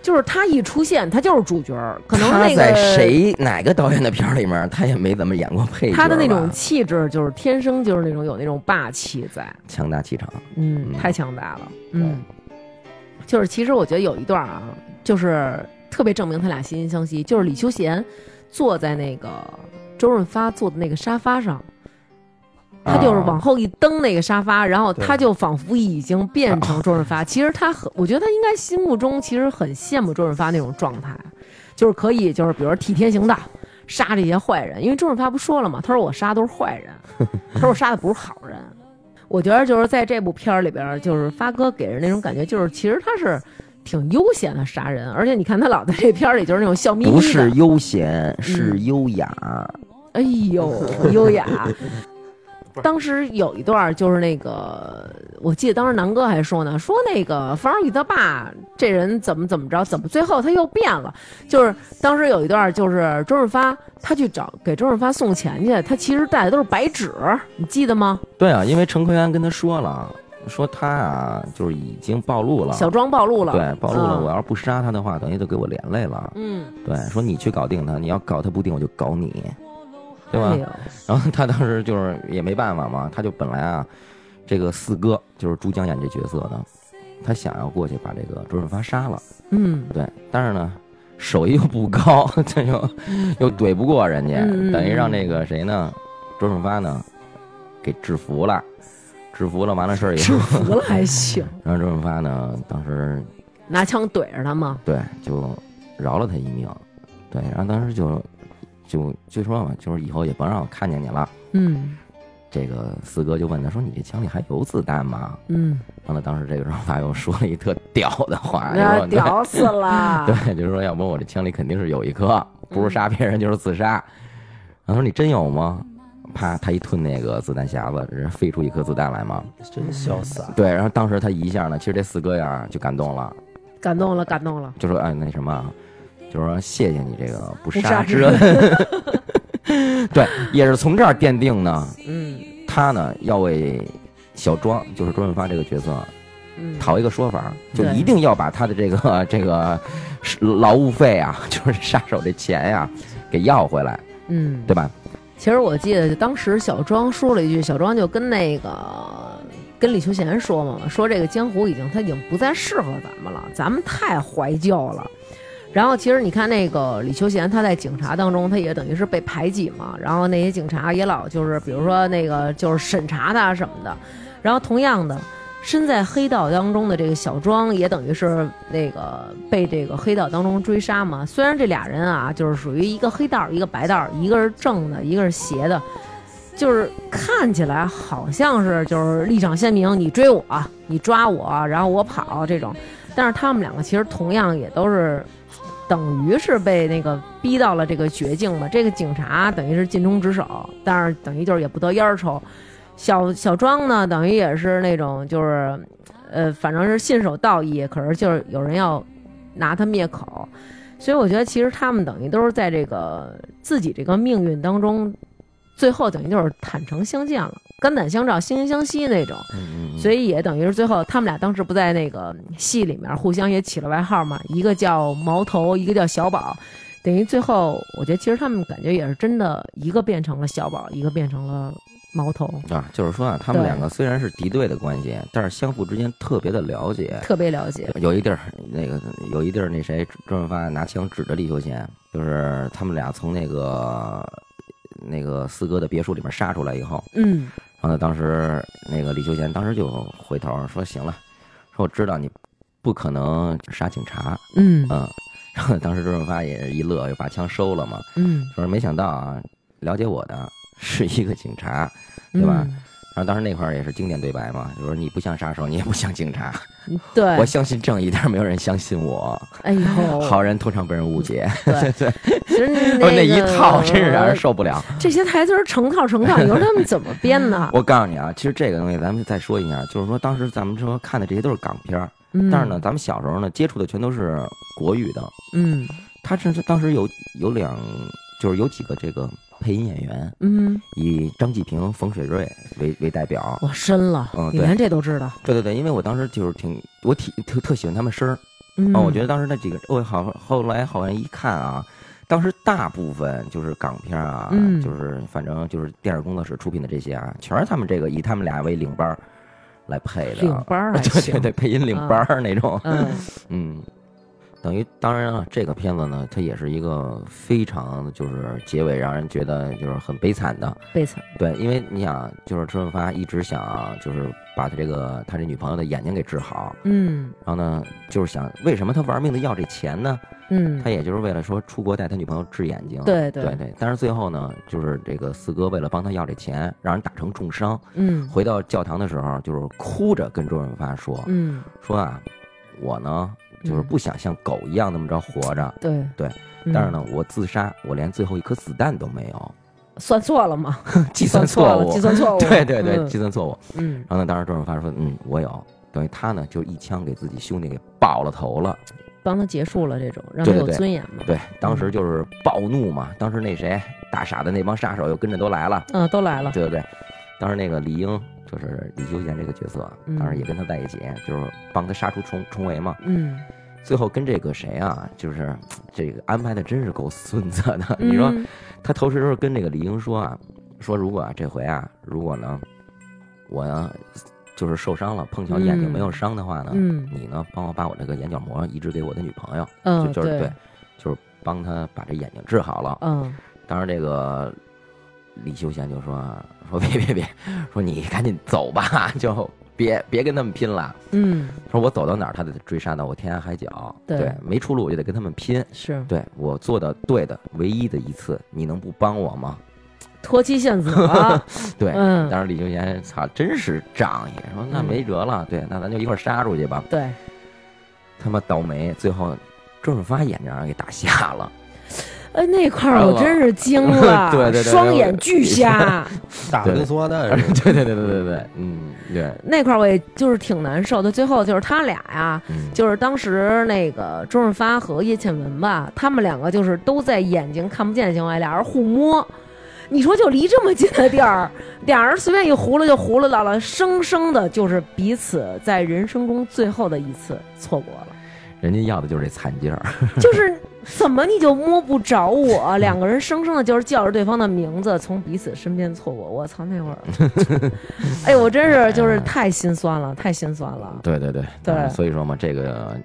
S2: 就是他一出现，他就是主角儿。可能
S3: 他
S2: 那个
S3: 在谁哪个导演的片儿里面，他也没怎么演过配角吧，
S2: 他的那种气质，就是天生就是那种有那种霸气在，
S3: 强大气场，
S2: 嗯，
S3: 嗯
S2: 太强大了，嗯。就是其实我觉得有一段啊，就是特别证明他俩惺惺相惜，就是李修贤坐在那个周润发坐的那个沙发上。他就是往后一蹬那个沙发，然后他就仿佛已经变成周润发。其实他很，我觉得他应该心目中其实很羡慕周润发那种状态，就是可以就是比如说替天行道，杀这些坏人。因为周润发不说了嘛，他说我杀的都是坏人，他说我杀的不是好人。我觉得就是在这部片儿里边儿，就是发哥给人那种感觉，就是其实他是挺悠闲的杀人，而且你看他老在这片儿里就是那种笑眯眯的，
S3: 不是悠闲，
S2: 嗯
S3: 是优雅。
S2: 哎呦，优雅。当时有一段儿就是那个，我记得当时南哥还说呢，说那个方世玉他爸这人怎么怎么着，怎么最后他又变了。就是当时有一段儿就是周润发他去找给周润发送钱去，他其实带的都是白纸，你记得吗？
S3: 对啊，因为陈奎安跟他说了，说他啊，就是已经暴露了，
S2: 小庄暴露了，
S3: 啊对，暴露了。
S2: 啊
S3: 我要是不杀他的话，等于就给我连累了。
S2: 嗯，
S3: 对，说你去搞定他，你要搞他不定，我就搞你，对吧
S2: 哎？呦，
S3: 然后他当时就是也没办法嘛，他就本来啊，这个四哥就是朱江演这角色呢，他想要过去把这个周润发杀了，
S2: 嗯，
S3: 对，但是呢，手艺又不高， 这就又怼不过人家，
S2: 嗯嗯嗯
S3: 等于让那个谁呢，周润发呢给制服了，制服了完了事儿以后，
S2: 服了还行，
S3: 然后周润发呢当时
S2: 拿枪怼着他 嘛，
S3: 对就饶了他一命，对，然后当时就就就说嘛，就是以后也甭让我看见你了。
S2: 嗯
S3: 这个四哥就问他说：“你这枪里还有子弹吗
S2: 嗯，？”
S3: 完了，当时这个时候他又说了一特屌的话，就
S2: 那
S3: 说
S2: 屌死了，
S3: 哎 对，就是说，要不然我这枪里肯定是有一颗，不是杀别人就是自杀。然后说你真有吗？啪，他一吞那个子弹匣子，人飞出一颗子弹来嘛。
S4: 真潇洒。
S3: 对，然后当时他一下呢，其实这四哥呀就感动了，
S2: 感动了，感动了，
S3: 就说哎那什么，就说谢谢你这个不
S2: 不杀
S3: 杀
S2: 之
S3: 之恩。 对，也是从这儿奠定呢，
S2: 嗯
S3: 他呢要为小庄，就是周润发这个角色
S2: 嗯，
S3: 讨一个说法，就
S2: 对
S3: 一定要把他的这个 这个是劳务费啊， 就是杀手这钱呀、给要回来，
S2: 嗯，
S3: 对吧？
S2: 其实我记得当时小庄说了一句，小庄就跟那个跟李秋贤说嘛，说这个江湖已经他已经不再适合咱们了，咱们太怀旧了。然后其实你看那个李秋贤，他在警察当中，他也等于是被排挤嘛。然后那些警察也老就是，比如说那个就是审查他什么的。然后同样的，身在黑道当中的这个小庄也等于是那个被这个黑道当中追杀嘛。虽然这俩人啊，就是属于一个黑道，一个白道，一个是正的，一个是邪的，就是看起来好像是就是立场鲜明，你追我，你抓我，然后我跑这种。但是他们两个其实同样也都是。等于是被那个逼到了这个绝境嘛，这个警察等于是尽忠职守，但是等于就是也不得烟儿抽。小小庄呢，等于也是那种就是呃，反正是信守道义，可是就是有人要拿他灭口，所以我觉得其实他们等于都是在这个自己这个命运当中，最后等于就是坦诚相见了，肝胆相照，惺惺相惜那种。
S3: 嗯
S2: 所
S3: 以
S2: 以也等于是最后他们俩当时不在那个戏里面互相也起了外号嘛，一个叫毛头，一个叫小宝，等于最后我觉得其实他们感觉也是真的，一个变成了小宝，一个变成了毛头，
S3: 啊，就是说啊，他们
S2: 对
S3: 两个虽然是敌对的关系，但是相互之间特别的了解。
S2: 特别了解。
S3: 有一地儿，那个有一地儿，那谁周润发拿枪指着李修贤，就是他们俩从那个那个四哥的别墅里面杀出来以后，
S2: 嗯，
S3: 然后呢，当时那个李修贤当时就回头说：“行了，说我知道你不可能杀警察，
S2: 嗯
S3: 嗯。”然后当时周润发也是一乐，又把枪收了嘛，
S2: 嗯，
S3: 说没想到啊，了解我的是一个警察。对吧然后当时那块儿也是经典对白嘛，就说你不像杀手，你也不像警察，
S2: 嗯？对
S3: 我，相信正义，但是没有人相信我。
S2: 哎呦，
S3: 好人通常被人误解，
S2: 对对，其实那个
S3: 哦那一套真是让人受不了。
S2: 这些台词儿成套成套，你说他们怎 么编的？
S3: 我告诉你啊，其实这个东西咱们再说一下，就是说当时咱们说看的这些都是港片儿，
S2: 嗯
S3: 但是呢，，咱们小时候呢接触的全都是国语的。
S2: 嗯
S3: 他甚至当时有有两，就是有几个这个配音演员，
S2: 嗯，
S3: 以张继平、冯水瑞为为代表。
S2: 我深了
S3: 嗯，
S2: 你
S3: 对
S2: 连这都知道。
S3: 对对对，因为我当时就是挺我挺特特喜欢他们声儿
S2: 嗯，
S3: 啊、我觉得当时那几个我好后来好像一看啊。当时大部分就是港片啊，
S2: 嗯
S3: 就是反正就是电影工作室出品的这些啊，全是他们这个以他们俩为领班儿来配的，
S2: 嗯
S3: 啊
S2: 领班儿还
S3: 对
S2: 行
S3: 对对，配音领班儿那种。
S2: 嗯
S3: 嗯，等于当然了，这个片子呢，它也是一个非常就是结尾让人觉得就是很悲惨的，
S2: 悲惨，
S3: 对，因为你想，就是周润发一直想啊就是把他这个他这女朋友的眼睛给治好，
S2: 嗯
S3: 然后呢，就是想为什么他玩命的要这钱呢？
S2: 嗯
S3: 他，也就是为了说出国带他女朋友治眼睛，
S2: 对
S3: 对
S2: 对
S3: 对，但是最后呢，就是这个四哥为了帮他要这钱，让人打成重伤，
S2: 嗯
S3: 回到教堂的时候就是哭着跟周润发说，
S2: 嗯，
S3: 说啊，我呢就是
S2: 嗯
S3: 不想像狗一样那么着活着，
S2: 对
S3: 对，
S2: 嗯
S3: 但是呢，我自杀，我连最后一颗子弹都没有，
S2: 算错了嘛，
S3: 计
S2: 算
S3: 算错
S2: 了，
S3: 误，
S2: 嗯计算错误，
S3: 对对对，
S2: 嗯
S3: 计算错误。
S2: 嗯，
S3: 然后呢，当时周润发说，嗯，我有。等于他呢，就一枪给自己兄弟给爆了头了。
S2: 帮他结束了这种，让他
S3: 对
S2: 有
S3: 对
S2: 尊严嘛，
S3: 对，当
S2: 嗯
S3: 时就是暴怒嘛。当时那谁大傻的那帮杀手又跟着都来了，
S2: 嗯，都来了，
S3: 对不对？当时那个李英就是李修贤这个角色
S2: 嗯，
S3: 当时也跟他在一起，就是帮他杀出重重围嘛。
S2: 嗯，
S3: 最后跟这个谁啊，就是嘖这个安排的真是够孙子的。你说
S2: 嗯
S3: 他头十时候跟这个李英说啊，说如果啊这回啊，如果呢，我呢就是受伤了，碰巧眼睛
S2: 嗯
S3: 没有伤的话呢，
S2: 嗯
S3: 你呢帮我把我这个眼角膜移植给我的女朋友，
S2: 嗯
S3: 就就是对，就是帮她把这眼睛治好了。
S2: 嗯
S3: 当时这个李修贤就说说别别别，说你赶紧走吧， 就别别跟他们拼了。
S2: 嗯
S3: 说我走到哪儿，他得追杀到我天涯海角。
S2: 对
S3: 没出路我就得跟他们拼。
S2: 是
S3: 对我做的对的唯一的一次，你能不帮我吗？
S2: 脱妻献子啊，
S3: 对，
S2: 嗯
S3: 当时李修贤操，真是仗义，说那
S2: 嗯
S3: 没辙了，对，那咱就一块儿杀出去吧。
S2: 对，
S3: 他妈倒霉，最后周润发眼睛让人给打瞎 了。
S2: 哎那块儿我真是惊了，
S3: 对对对对
S2: 双眼 巨瞎，
S4: 打的跟塑料袋似的。
S3: 对对对对对对，嗯，对，
S2: 那块儿我也就是挺难受的。最后就是他俩呀、
S3: 嗯，
S2: 就是当时那个周润发和叶倩文吧，他们两个就是都在眼睛看不见的情况下，俩人互摸。你说就离这么近的地儿，俩人随便一胡了就胡了到了，生生的就是彼此在人生中最后的一次错过了。
S3: 人家要的就是这惨劲儿。
S2: 就是怎么你就摸不着我？两个人生生的就是叫着对方的名字，从彼此身边错过。我操，那会儿，哎，我真是就是太心酸了，太心酸了，
S3: 对对对
S2: 对
S3: 嗯所以说嘛，这个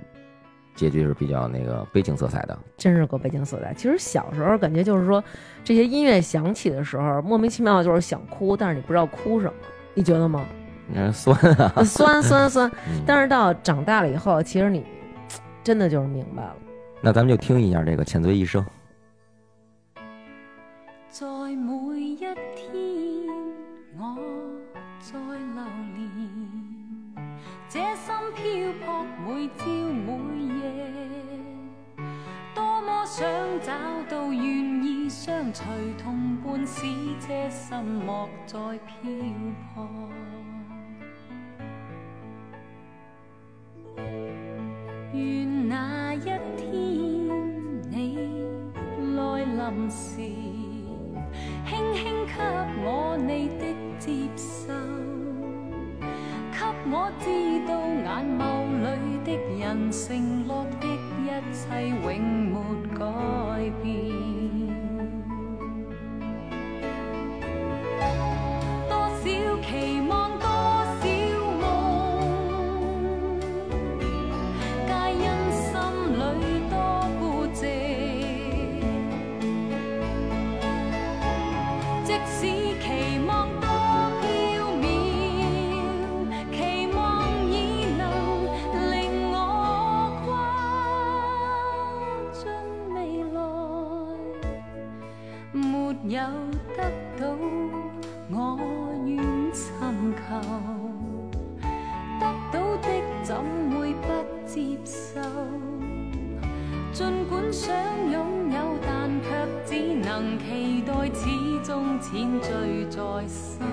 S3: 结局是比较那个悲情色彩的。
S2: 真是够背景所在。其实小时候感觉就是说，这些音乐响起的时候，莫名其妙就是想哭，但是你不知道哭什么，你觉得吗？
S3: 你看酸啊，
S2: 啊酸酸酸。
S3: 嗯
S2: 但是到长大了以后，其实你真的就是明白了。
S3: 那咱们就听一下这个《浅醉一生》。
S6: 在每一天，我在流连，这心漂泊每朝每夜，多么想找到愿意相随同伴，使这心莫再漂泊。愿那一天你来临时，轻轻给我你的接受，给我知道眼眸里的人承诺的一切永没改变。多少期望，多少梦，皆因心里多孤寂。即使期望多飄渺，期望已能令我跨進未來。没有得到我愿寻求，得到的怎会不接受？尽管想拥有，但却只能期待，始终淺醉在心里。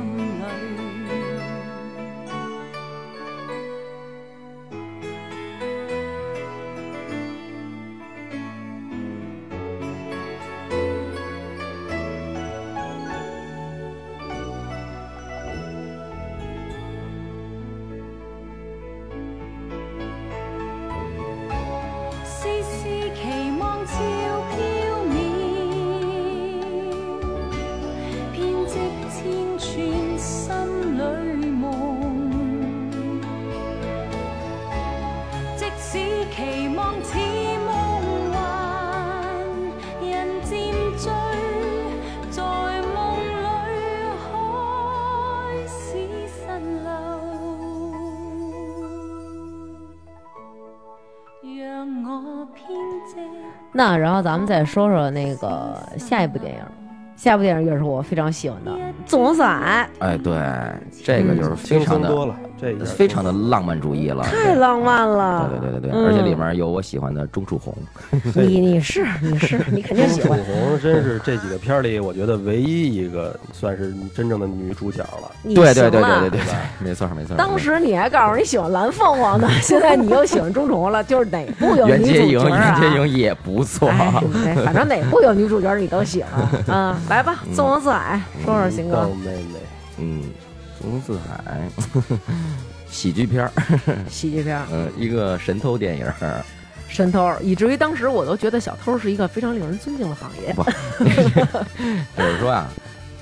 S6: 丝丝期望超飄渺，編織千串心裏夢。即使期望似夢幻，人漸醉，在夢裏開始滲流。让我编织。
S2: 那然后咱们再说说那个下一部电影，下一部电影也是我非常喜欢的《纵伞
S3: 哎，对，这个就是非
S4: 轻
S3: 常
S4: 松
S3: 的、
S4: 多了，这一下
S3: 非常的浪漫主义了。》，
S2: 太浪漫了。
S3: 对对对对对，
S2: 嗯
S3: 而且里面有我喜欢的钟楚红，
S2: 你你是你是你肯定喜
S4: 楚
S2: 欢。
S4: 红真是这几个片儿里，我觉得唯一一个算是真正的女主角了。
S2: 你
S3: 对对
S2: 行
S3: 对
S2: 了
S3: 对对对对，没错没错。
S2: 当时你还告诉我你喜欢蓝凤凰呢，现在你又喜欢钟楚红了，就是哪部有
S3: 袁
S2: 女
S3: 洁
S2: 主
S3: 莹，
S2: 角
S3: 袁
S2: 啊？
S3: 洁莹也不错。
S2: 哎，对反正哪部有女主角你都喜欢。嗯，来吧，纵容四海，说说
S4: 一
S2: 行
S4: 道
S2: 哥。
S4: 妹妹，
S3: 嗯，吴自海， 喜剧片儿，
S2: 喜剧片儿、
S3: 呃，一个神偷电影儿，
S2: 神偷，以至于当时我都觉得小偷是一个非常令人尊敬的行 业。
S3: 不，就是说啊，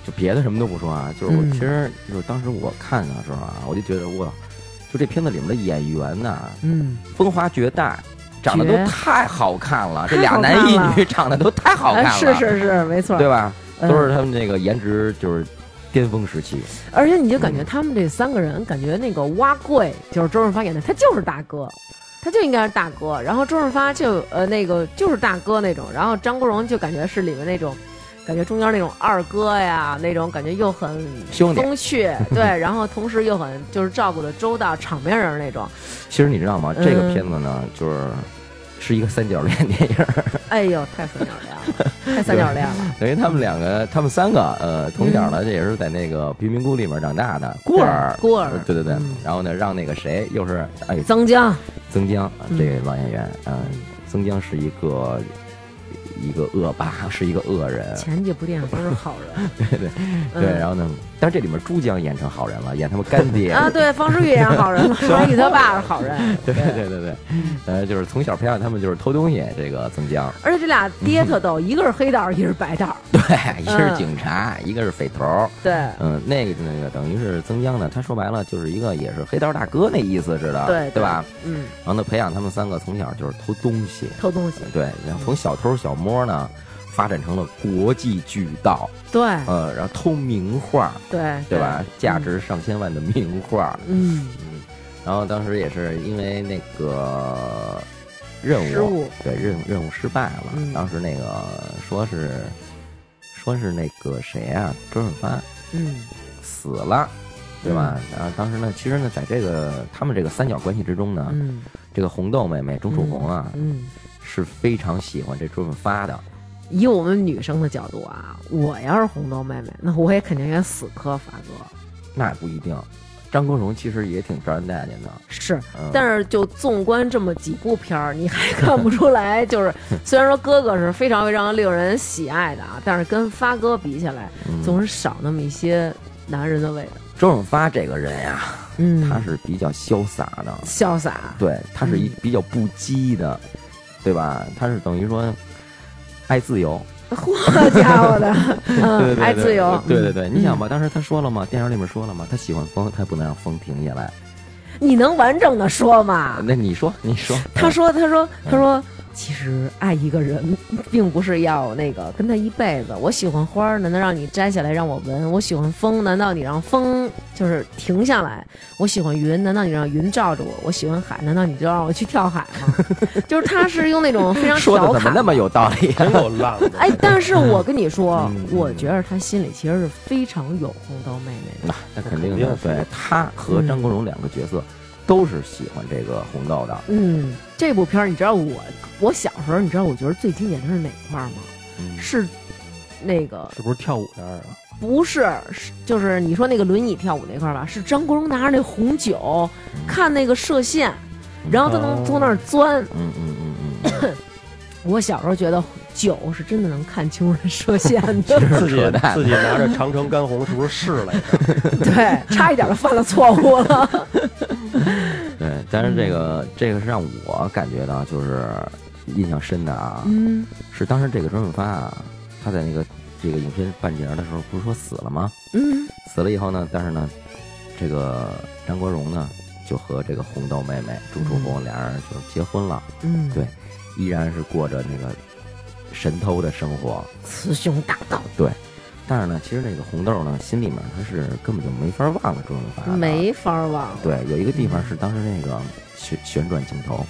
S3: 就别的什么都不说啊，就是我
S2: 嗯
S3: 其实就是当时我看的时候啊，我就觉得哇，就这片子里面的演员呐、
S2: 嗯，
S3: 风华绝代，长得
S2: 绝
S3: 都太好看了，这
S2: 太
S3: 俩
S2: 好
S3: 男
S2: 看
S3: 一
S2: 了
S3: 女长得都太好看
S2: 哎，
S3: 了，
S2: 是是是，没错。
S3: 对吧？
S2: 嗯
S3: 都是他们那个颜值就是巅峰时期，
S2: 而且你就感觉他们这三个人，感觉那个蛙贵就是周润发演的，他就是大哥，他就应该是大哥。然后周润发就呃那个就是大哥那种，然后张国荣就感觉是里面那种，感觉中间那种二哥呀，那种感觉又很
S3: 兄弟
S2: 风趣，对，然后同时又很就是照顾的周到，场面人那种。
S3: 其实你知道吗？这个
S2: 嗯
S3: 片子呢，就是是一个三角恋电影儿，
S2: 哎呦，太三角 恋了，太三角恋了。
S3: 等于他们两个，他们三个，呃，从小呢，这也是在那个贫民窟里面长大的孤儿，
S2: 嗯对孤儿
S3: 对对对
S2: 嗯。
S3: 然后呢，让那个谁，又是哎，
S2: 曾江，
S3: 曾江啊
S2: 嗯
S3: 这个老演员，嗯，曾江是一个一个恶霸， 是一个恶人，
S2: 前几部电影都是好人，
S3: 对对对。
S2: 嗯
S3: 然后呢，但是这里面珠江演成好人了，演他们干爹
S2: 啊，，对，方世玉也是好人，方世玉他爸是好人，
S3: 对对对对，
S2: 嗯
S3: 呃，就是从小培养他们就是偷东西，这个曾江，
S2: 而且这俩爹特逗，一个是黑道，一个是白 道，
S3: 对，一个是
S2: 嗯
S3: 警察，一个是匪头儿。
S2: 对。
S3: 嗯，那个那个等于是曾江呢，他说白了就是一个也是黑道大哥那意思似的，
S2: 对
S3: 对吧？？
S2: 嗯，
S3: 然后呢，培养他们三个从小就是偷东西，
S2: 偷东西，
S3: 对，然后从小偷小摸呢，发展成了国际巨盗，
S2: 对
S3: 呃，然后偷名画，
S2: 对
S3: 对吧？价值上千万的名画，
S2: 嗯，
S3: 然后当时也是因为那个任务，
S2: 失误
S3: 对任务任务失败了，
S2: 嗯
S3: 当时那个说是说是那个谁啊，周润发，
S2: 嗯
S3: 死了，对吧？然后当时呢，其实呢，在这个他们这个三角关系之中呢，
S2: 嗯
S3: 这个红豆妹妹钟楚红啊、
S2: 嗯。
S3: 是非常喜欢这周润发的，
S2: 以我们女生的角度啊，我要是红豆妹妹，那我也肯定也死磕发哥。
S3: 那也不一定。张国荣其实也挺招人待见的，
S2: 是，
S3: 嗯、
S2: 但是就纵观这么几部片儿，你还看不出 来，就是虽然说哥哥是非常非常令人喜爱的啊，但是跟发哥比起来，总是少那么一些男人的味道。
S3: 周润发这个人呀、
S2: 嗯，
S3: 他是比较潇洒的，
S2: 潇 洒，
S3: 对，他
S2: 嗯
S3: 是一比较不羁的，对吧？他是等于说爱自由，
S2: 好家伙 的，
S3: 对对
S2: 嗯，
S3: 对
S2: 爱自由，
S3: 对对对，
S2: 嗯
S3: 你想吧，当时他说了嘛，电影里面说了嘛，他喜欢风，他也不能让风停下来。
S2: 你能完整的说吗？
S3: 那你说，你说，
S2: 啊他说，他说，他说，其实爱一个人，并不是要那个跟他一辈子。我喜欢花儿，难道让你摘下来让我闻？我喜欢风，难道你让风就是停下来？我喜欢云，难道你让云罩着我？我喜欢海，难道你就让我去跳海 吗？就是他是用那种非常
S3: 说的
S2: 调
S3: 怎么
S2: 侃
S3: 那。么有道理啊呀、
S4: 真够 浪的。
S2: 哎，但是我跟你说
S3: 嗯，
S2: 我觉得他心里其实是非常有红豆妹妹的。
S3: 那肯定
S4: 肯定
S3: 的，
S4: 是嗯
S3: 对他和张国荣两个角色都是喜欢这个红豆的。
S2: 嗯，这部片儿你知道我我小时候，你知道我觉得最经典的是哪块儿吗？
S3: 嗯
S2: 是那个
S4: 是不是跳舞那儿啊？
S2: 不是是就是你说那个轮椅跳舞那块儿吧？是张国荣拿着那红酒
S3: 嗯
S2: 看那个射线，然后他能
S4: 哦
S2: 从那儿钻。
S3: 嗯嗯嗯嗯嗯，
S2: 我小时候觉得酒是真的能看清人射线 的，
S4: 自己
S3: 扯淡
S4: 自己拿着长城干红是不是试来着？
S2: 对，差一点就犯了错误 了。
S3: 嗯对。但是这
S2: 嗯
S3: 个这个是让我感觉到就是印象深的啊，
S2: 嗯
S3: 是当时这个周润发啊，他在那个这个影片半截儿的时候不是说死了吗？
S2: 嗯，
S3: 死了以后呢，但是呢，这个张国荣呢就和这个红豆妹妹钟楚红俩人就结婚了，
S2: 嗯，
S3: 对依然是过着那个神偷的生活。
S2: 雌雄大盗
S3: 但是呢，其实那个红豆呢，心里面他是根本就没法忘了周润发的。
S2: 没嗯法儿忘。
S3: 对，有一个地方是当时那个旋旋转镜头，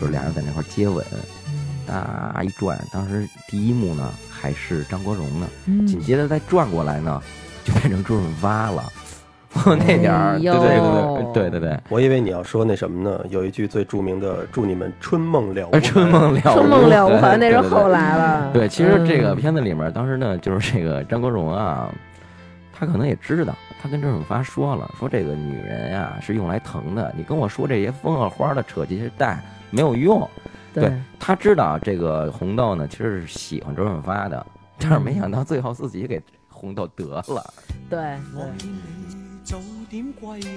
S3: 就是俩人在那块儿接吻，
S2: 嗯
S3: 哒一转，当时第一幕呢还是张国荣呢，
S2: 嗯
S3: 紧接着再转过来呢，就变成周润发了。那点儿，
S2: 哎
S3: 对
S2: 呦
S3: 对对对对对对。
S4: 我以为你要说那什么呢？有一句最著名的“祝你们春梦了无
S3: 呃
S4: 痕”，
S3: 春梦了 无，
S2: 春梦了无痕，那
S3: 对
S2: 是
S3: 对对
S2: 后来了。
S3: 对，其实这个
S2: 嗯
S3: 片子里面，当时呢，就是这个张国荣啊，他可能也知道，他跟周润发说了，说这个女人呀、是用来疼的，你跟我说这些风啊花的扯这些淡没有用。对
S2: 对，
S3: 他知道这个红豆呢，其实是喜欢周润发
S2: 嗯
S3: 的，但是没想到最后自己给红豆得了。
S2: 对，
S5: 我见你早點歸去。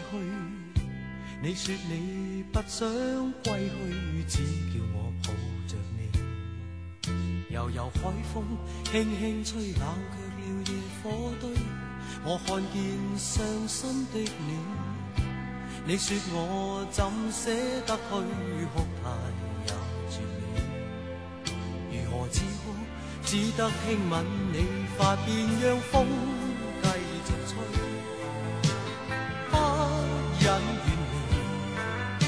S5: 你說你不想歸去，只叫我抱着你。悠悠海風輕輕吹，冷卻了夜火堆。我看見傷心的你。你说我怎舍得去哭嘆入住你？如何止哭？只得輕吻你髮邊，讓風繼續吹，不忍遠離，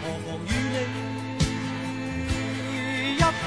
S5: 何妨與你一起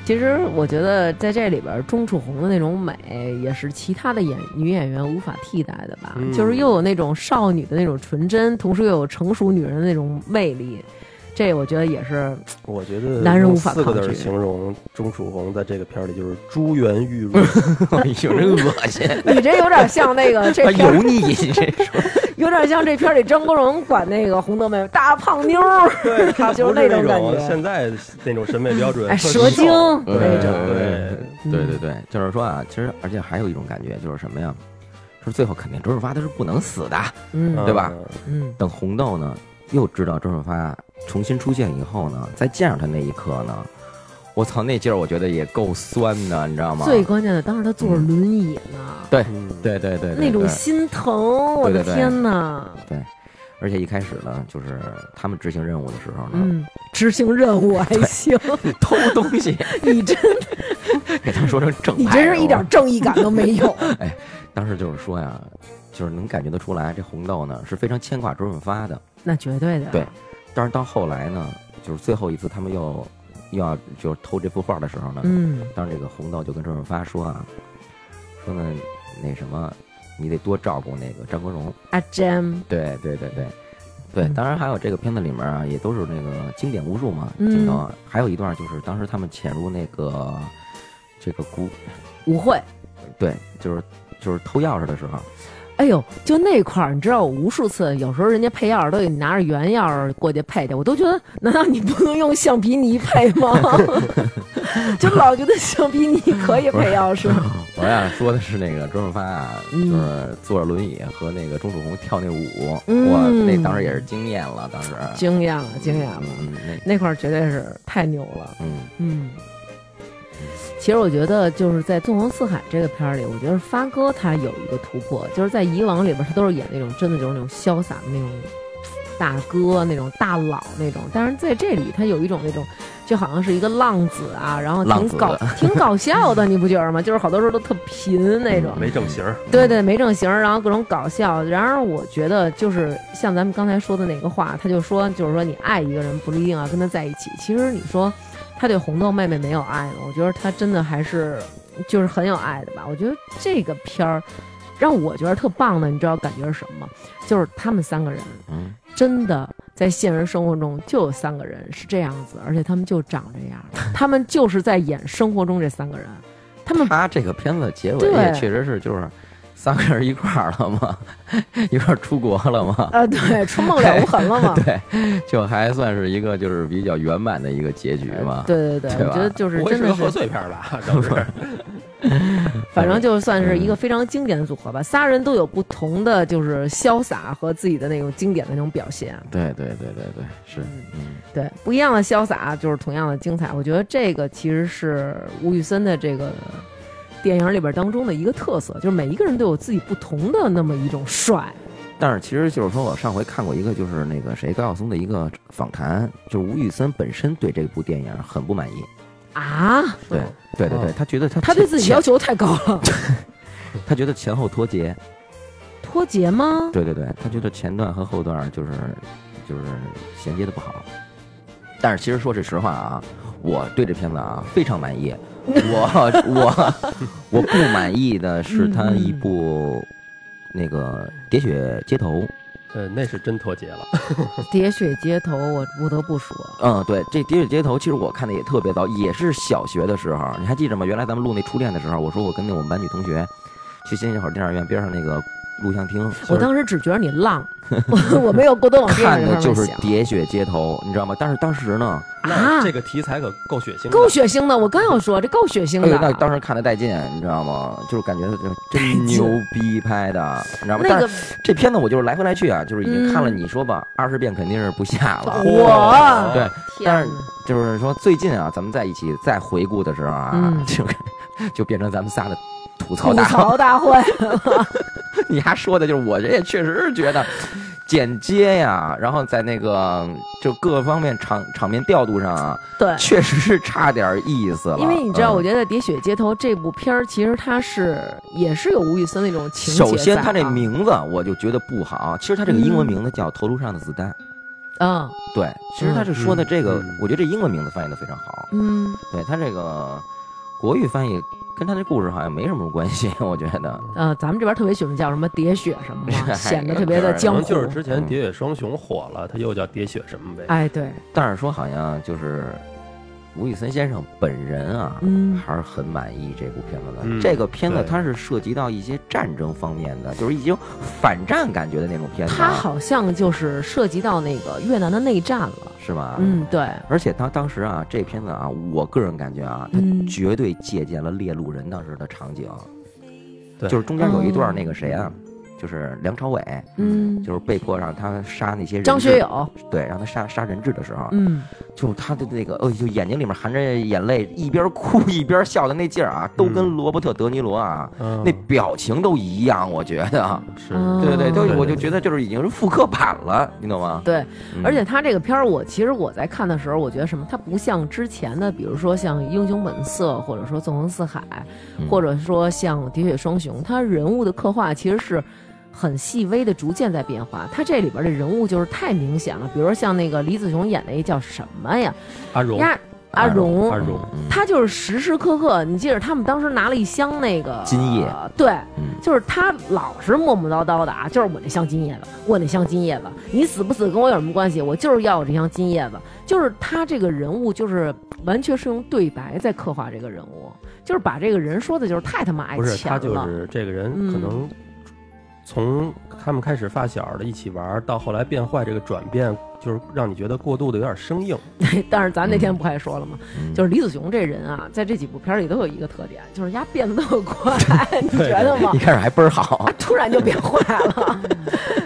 S2: 其实我觉得在这里边，钟楚红的那种美，也是其他的演女演员无法替代的吧。
S4: 嗯
S2: 就是又有那种少女的那种纯真，同时又有成熟女人的那种魅力，这我觉得也 是
S4: 我觉得
S2: 男人无
S4: 用
S2: 法
S4: 四个
S2: 抗
S4: 字
S2: 拒
S4: 形容钟楚红在这个片儿里就是珠圆玉 润，
S3: 有人恶心，
S2: 你这有点像那 个这
S3: 他
S2: 片儿
S3: 油腻，你这 说
S2: 有点像这片儿里张国荣管那个红德妹大胖妞 儿，就是
S4: 不是
S2: 种感
S4: 种现
S2: 觉，
S4: 在那种审美标准，
S2: 哎，
S4: 特
S2: 蛇
S4: 瘦
S2: 精那
S4: 对
S2: 种。嗯
S3: 对对对对，就是说啊，其实而且还有一种感觉就是什么呀？就是最后肯定周润发他是不能死的。
S2: 嗯
S3: 对吧
S2: 嗯，
S3: 等红豆呢又知道周润发重新出现以后呢，再见上他那一刻呢，我操，那劲儿我觉得也够酸的，你知道吗？
S2: 最关键的当时他坐着轮椅呢，
S3: 对
S4: 嗯
S3: 对对对对
S2: 那种
S3: 对
S2: 心疼，我的
S3: 对对对
S2: 天哪！
S3: 而且一开始呢，就是他们执行任务的时候呢，
S2: 嗯，执行任务还行，
S3: 偷东西
S2: 你真
S3: 给他们 说成正派，
S2: 你真是一点
S3: 我
S2: 正义感都没 有。
S3: 当时就是说呀，就是能感觉得出来，这红豆呢是非常牵挂周润发的。
S2: 那绝对的，
S3: 对但是到后来呢，就是最后一次他们又又要就是偷这幅画的时候呢，
S2: 嗯，
S3: 当时这个红豆就跟周润发说啊，说呢那什么，你得多照顾那个张国荣。
S2: 阿 Jam，
S3: 对对对对。对，
S2: 嗯
S3: 当然还有这个片子里面啊，也都是那个经典无数嘛，
S2: 嗯
S3: 镜头啊。还有一段就是当时他们潜入那个这个古，
S2: 舞会，
S3: 对，就是就是偷钥匙的时候，
S2: 哎呦，就那块儿，你知道，我无数次，有时候人家配钥匙都给你拿着原钥匙过去配去，我都觉得，难道你不能用橡皮泥配吗？ 就老觉得橡皮泥可以配钥匙，
S3: 我 呀说的是那个周润发啊，
S2: 嗯
S3: 就是坐着轮椅和那个钟楚红跳那舞，
S2: 嗯
S3: 哇，那当时也是惊艳了，当时
S2: 惊艳了，惊艳了，
S3: 嗯，嗯
S2: 那块儿绝对是太牛了。
S3: 那嗯
S2: 嗯，其实我觉得就是在《纵横四海》这个片儿里，我觉得发哥他有一个突破，就是在以往里边他都是演那种真的就是那种潇洒的那种大哥那种大佬那种，但是在这里他有一种那种就好像是一个浪子啊，然后
S3: 浪
S2: 挺
S3: 子
S2: 搞挺搞笑的，你不觉得吗？就是好多时候都特贫那种。
S4: 没正形儿，
S2: 对对，没正形儿，然后各种搞笑。然而，我觉得就是像咱们刚才说的那个话，他就说，就是说你爱一个人不一定要跟他在一起。其实你说他对红豆妹妹没有爱吗？我觉得他真的还是就是很有爱的吧。我觉得这个片儿让我觉得特棒的，你知道感觉是什么吗？就是他们三个人
S3: 嗯，
S2: 真的在现实生活中就有三个人是这样子，而且他们就长这样，他们就是在演生活中这三个人，他们
S3: 他这个片子结尾
S2: 对
S3: 也确实是就是三个人一块儿了嘛，一块儿出国了嘛，
S2: 呃， 对，出梦了无痕了嘛。
S3: 对，就还算是一个就是比较圆满的一个结局嘛。
S2: 对对对，
S3: 对吧
S2: 我觉得就是
S4: 不会
S2: 真
S4: 是
S2: 的
S4: 个贺
S2: 是，
S4: 岁片儿 吧？都是
S2: 反正就算是一
S3: 嗯
S2: 个非常经典的组合吧。仨人都有不同的就是潇洒和自己的那种经典的那种表现。
S3: 对对对对对，是，嗯，
S2: 对，不一样的潇洒就是同样的精彩。我觉得这个其实是吴宇森的这个电影里边当中的一个特色，就是每一个人都有自己不同的那么一种帅。
S3: 但是其实就是说我上回看过一个就是那个谁高晓松的一个访谈，就是吴宇森本身对这部电影很不满意。
S2: 啊，
S3: 对对对对，他觉得他
S2: 哦他对自己
S3: 前
S2: 要求太高了，
S3: 他觉得前后脱节。
S2: 脱节 吗？
S3: 对对对，他觉得前段和后段就是就是衔接的不好。但是其实说句实话啊，我对这片子啊非 常满意。我我我不满意的
S2: 嗯
S3: 是他一部那个《喋血街头》。
S4: 呃，那是真脱节了。
S2: 喋血街头，我不得不说，
S3: 嗯，对，这《喋血街头》其实我看的也特别早，也是小学的时候。你还记着吗？原来咱们录那初恋的时候，我说我跟那我们班女同学去新街口电影院边上那个录像厅，
S2: 我当时只觉得你 浪，我我没有过多往这
S3: 看
S2: 个
S3: 的
S2: 上
S3: 就
S2: 面
S3: 是《
S2: 想
S3: 喋血街头》，你知道吗？但是当时呢，
S2: 啊
S4: 那这个题材可够血腥的，
S2: 够血腥的。我刚要说这够血腥
S3: 哎
S2: 的，
S3: 呦，那当时看的带劲，你知道吗？就是感觉就真牛逼拍的，你知道吗？
S2: 那
S3: 但
S2: 个
S3: 是这片子我就是来回来去啊，就是已经看了，
S2: 嗯
S3: 你说吧，二十遍肯定是不下了。
S2: 我啊
S3: 对，
S2: 天
S3: 但是
S2: 哪
S3: 就是说最近啊，咱们在一起再回顾的时候啊，
S2: 嗯
S3: 就 就变成咱们仨的吐槽
S2: 吐
S3: 大会。
S2: 槽大会，
S3: 你还说的就是我这也确实是觉得剪接呀，然后在那个就各方面场场面调度上啊，
S2: 对。
S3: 确实是差点意思了。
S2: 哎因为你知道，
S3: 嗯
S2: 我觉得《喋血街头》这部片儿，其实它是也是有吴宇森那种情节在啊。
S3: 首先，它这名字啊我就觉得不好。啊其实它这个英文名字叫《头颅上的子弹》。
S2: 嗯
S3: 对，其实它是说的这个，
S4: 嗯
S3: 我觉得这英文名字翻译的非常好。
S2: 嗯
S3: 对它这个国语翻译跟它这故事好像没什么关系， 我觉得。
S2: 呃，咱们这边特别喜欢叫什么“喋血”什么 嘛，
S3: 哎
S2: 显得特别的
S4: 可
S2: 江湖
S4: 能。就是之
S3: 嗯
S4: 前《喋血双雄》火了，它又叫《喋血》什么呗。
S2: 哎，对，
S3: 但是说好像就是吴宇森先生本人啊，
S2: 嗯
S3: 还是很满意这部片子的。
S4: 嗯
S3: 这个片子
S4: 对
S3: 它是涉及到一些战争方面的，就是已经反战感觉的那种片子啊，
S2: 他好像就是涉及到那个越南的内战了。
S3: 是吧？
S2: 嗯，对，
S3: 而且当当时啊，这片子啊，我个人感觉啊，它
S2: 嗯
S3: 绝对借鉴了《猎鹿人》当时的场景，
S4: 对
S3: 就是中间有一段
S2: 哦
S3: 那个谁啊，就是梁朝伟，
S2: 嗯，
S3: 就是被迫让他杀那些人质
S2: 张学，友，
S3: 对，让他杀杀人质的时候，啊
S2: 嗯，
S3: 就是他的那个，呃，就眼睛里面含着眼泪，一边哭 一边笑的那劲儿啊，都跟罗伯特·德尼罗啊、
S4: 嗯
S3: 那表情都一样，我觉得，啊
S4: 是
S2: 嗯
S3: 对对，
S2: 哦
S3: 就我就觉得就是已经是复刻版了，你懂吗？
S2: 对，
S3: 嗯
S2: 而且他这个片儿，我其实我在看的时候，我觉得什么，它不像之前的，比如说像《英雄本色》，或者说《纵横四海》，或者说像《喋血双雄》，它人物的刻画其实是很细微的，逐渐在变化。它这里边的人物就是太明显了，比如说像那个李子雄演那叫什么呀？
S4: 阿荣，
S2: 呀，阿荣，
S4: 阿荣，
S2: 他就是时时刻刻，你记着他们当时拿了一箱那个
S3: 金叶
S2: 呃对，
S3: 嗯
S2: 就是他老是磨磨叨叨的啊，就是我那箱金叶子，我那箱金叶子，你死不死跟我有什么关系？我就是要我这箱金叶子。就是他这个人物，就是完全是用对白在刻画这个人物，就是把这个人说的就是太他妈爱
S4: 不是
S2: 钱
S4: 他
S2: 了，
S4: 就是这个人，可
S2: 嗯
S4: 能从他们开始发小的一起玩儿，到后来变坏，这个转变就是让你觉得过度的有点生硬。
S2: 但是咱那天不还说了吗？
S4: 嗯
S2: 就是李子雄这人啊，在这几部片儿里都有一个特点，就是丫变得特 快，你觉得吗
S3: 一？开始还倍儿好，
S2: 突然就变坏了，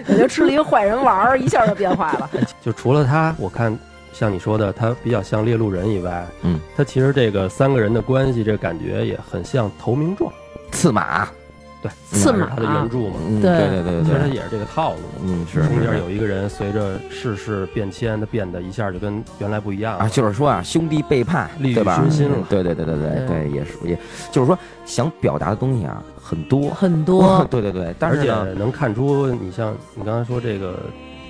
S2: 感觉吃了一个坏人丸儿，一下就变坏了。
S4: 就除了他，我看像你说的，他比较像猎鹿人以外，
S3: 嗯，
S4: 他其实这个三个人的关系，这感觉也很像《投名状》，
S3: 刺马，
S4: 对，
S2: 刺马啊
S4: 是他的原著嘛，
S3: 嗯，
S2: 对
S3: 对对对
S4: 其实他
S3: 对，
S4: 也是这个套路。
S3: 嗯是
S4: 中
S3: 是
S4: 间有一个人随着世事变迁，他变得一下就跟原来不一样了
S3: 啊，就是说啊，兄弟背叛，
S4: 利欲
S3: 对吧？
S4: 熏心了
S3: 嗯对对对对对
S2: 对
S3: 对，也是也，就是说想表达的东西啊很多，
S2: 很多，
S3: 对对对，但
S4: 而
S3: 是
S4: 且
S3: 呢，
S4: 能看出，你像你刚才说这个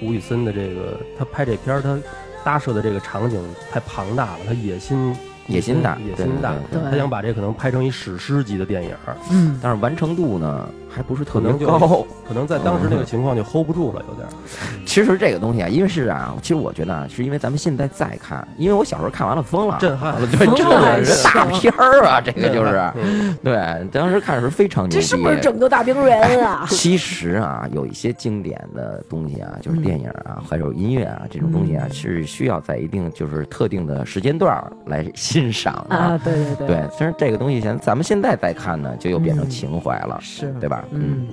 S4: 吴宇森的这个，他拍这片儿，他搭设的这个场景太庞大了，他野心
S3: 野心大
S4: 野
S3: 对
S4: 心
S3: 对
S4: 大，
S3: 对
S2: 对
S4: 他想把这可能拍成一史诗级的电影儿。
S2: 嗯，
S3: 但是完成度呢，还不是特
S4: 可
S3: 别
S4: 能就
S3: 高。
S4: 可能在当时
S3: 嗯
S4: 那个情况就 hold 不住了，有点儿。
S3: 其实这个东西啊，因为是啊，其实我觉得啊，是因为咱们现在再看，因为我小时候看完了疯了，
S4: 震撼
S3: 啊了，对，
S2: 疯
S3: 震
S2: 了
S3: 撼，
S2: 是
S3: 这大片儿啊，这个就是，
S4: 嗯
S3: 对，当时看是非常牛
S2: 这
S3: 逼。
S2: 是不是拯救大兵人啊？
S3: 其实啊，有一些经典的东西啊，
S2: 嗯
S3: 就是电影啊，还有音乐啊，这种东西啊，是需要在一定就是特定的时间段儿来欣赏的。
S2: 啊，对对对，
S3: 对，其实这个东西，咱咱们现在再看呢，就又变成情怀了，
S2: 是
S3: 对吧？
S2: 嗯。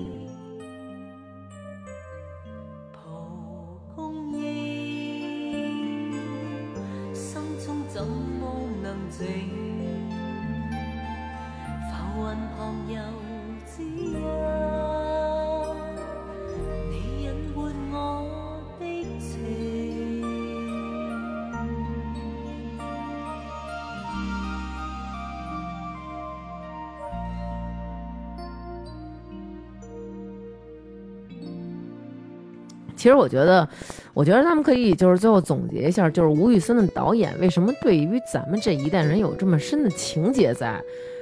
S6: 蒲公英，心中怎么能静？浮云旁游之一，你隐瞒我的情。
S2: 其实我觉得，我觉得咱们可以就是最后总结一下，就是吴宇森的导演为什么对于咱们这一代人有这么深的情结在。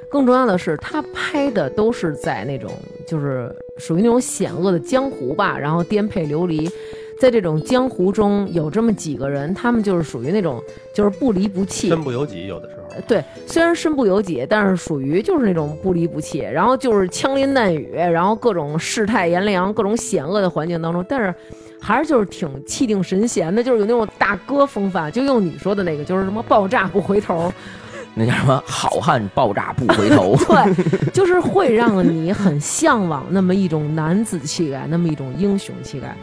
S2: 更重要的是，他拍的都是在那种就是属于那种险恶的江湖吧，然后颠沛流离，在这种江湖中有这么几个人，他们就是属于那种就是不离不弃，
S4: 身不由己，有的时候。
S2: 对，虽然身不由己，但是属于就是那种不离不弃，然后就是枪林弹雨，然后各种世态炎凉、各种险恶的环境当中，但是还是就是挺气定神闲的，就是有那种大哥风范。就用你说的那个，就是什么爆炸不回头，
S3: 那叫什么？好汉爆炸不回头。
S2: 对，就是会让你很向往那么一种男子气概，那么一种英雄气概。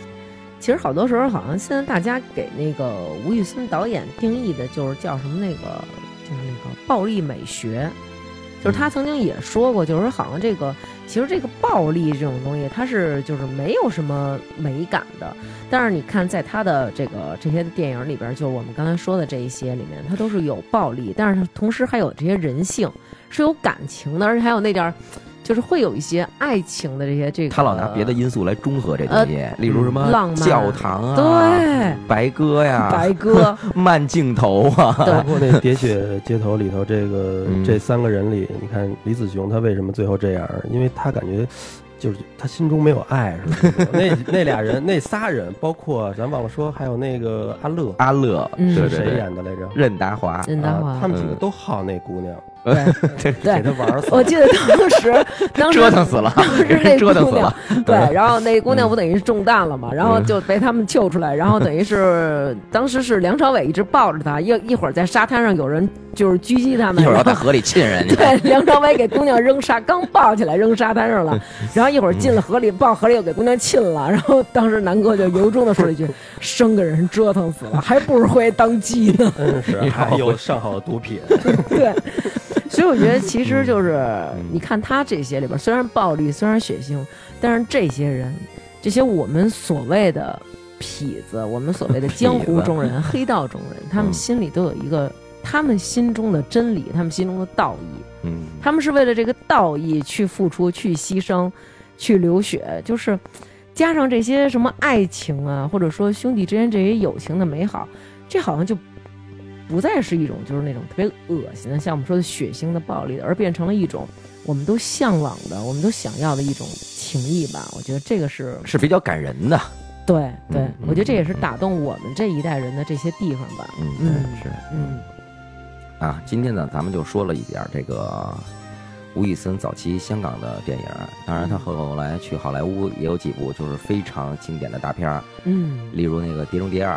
S2: 其实好多时候，好像现在大家给那个吴宇森导演定义的就是叫什么那个，就是那个暴力美学。就是他曾经也说过，就是说好像这个其实这个暴力这种东西，它是就是没有什么美感的。但是你看，在他的这个这些电影里边，就是我们刚才说的这一些里面，它都是有暴力，但是同时还有这些人性。是有感情的，而且还有那点儿，就是会有一些爱情的这些这个。
S3: 他老拿别的因素来中和这东西，例如什
S2: 呃浪漫
S3: 么教堂啊、
S2: 对
S3: 白鸽呀、
S2: 白鸽，
S3: 慢镜头啊，
S4: 包
S2: 对
S4: 括那《喋血街头》里头，这个、
S3: 嗯
S4: 这三个人里，你看李子雄他为什么最后这样？因为他感觉就是他心中没有爱，是吧？ 那那俩人，那仨人，包括咱忘了说，还有那个阿乐，
S3: 阿乐，
S2: 嗯
S3: 啊对对
S4: 谁
S3: 对，嗯
S4: 演的来着？
S3: 任达华，
S2: 任达
S4: 啊
S2: 华
S4: 他，们几个都好那姑娘，
S2: 对
S4: 给
S2: 对
S4: 他。玩死了。
S2: 我记得当时，当时
S3: 折腾死了
S2: 当时那
S3: 折腾
S2: 姑
S3: 死了
S2: 娘， 对，然后那姑娘不等于是中弹了
S3: 嗯
S2: 嘛，然后就被他们救出 来，然后等于是当时是梁朝伟一直抱着她，一一会儿在沙滩上有人就是狙击他们，
S3: 一会儿要
S2: 然后
S3: 在河里亲人 家。
S2: 对，梁朝伟给姑娘扔沙，刚抱起来扔沙滩 上了，然后一会儿进了河里，抱河里又给姑娘亲了，然后当时南哥就由衷的说 了一句：“生个人折腾死了，还不如回来当鸡呢。
S4: 真是，
S3: 你好
S4: 还有上好的毒品，”
S2: 对，所以我觉得其实就是你看他这些里边，虽然暴力，虽然血腥，但是这些人，这些我们所谓的痞子，我们所谓的江湖中人、黑道中人，他们
S3: 嗯
S2: 心里都有一个他们心中的真理，他们心中的道义。
S3: 嗯，
S2: 他们是为了这个道义去付出、去牺牲、去流血，就是加上这些什么爱情啊，或者说兄弟之间这些友情的美好，这好像就不再是一种就是那种特别恶心的，像我们说的血腥的暴力的，而变成了一种我们都向往的、我们都想要的一种情谊吧。我觉得这个是
S3: 是比较感人的。
S2: 对对
S3: 嗯，
S2: 我觉得这也是
S3: 嗯
S2: 打动我们这一代人的这些地方吧。
S3: 嗯，
S2: 嗯
S3: 对是
S2: 嗯，
S3: 啊。今天呢，咱们就说了一点儿这个吴宇森早期香港的电影儿，当然他后来去好莱坞也有几部就是非常经典的大片儿，
S2: 嗯，
S3: 例如那个《碟中谍二》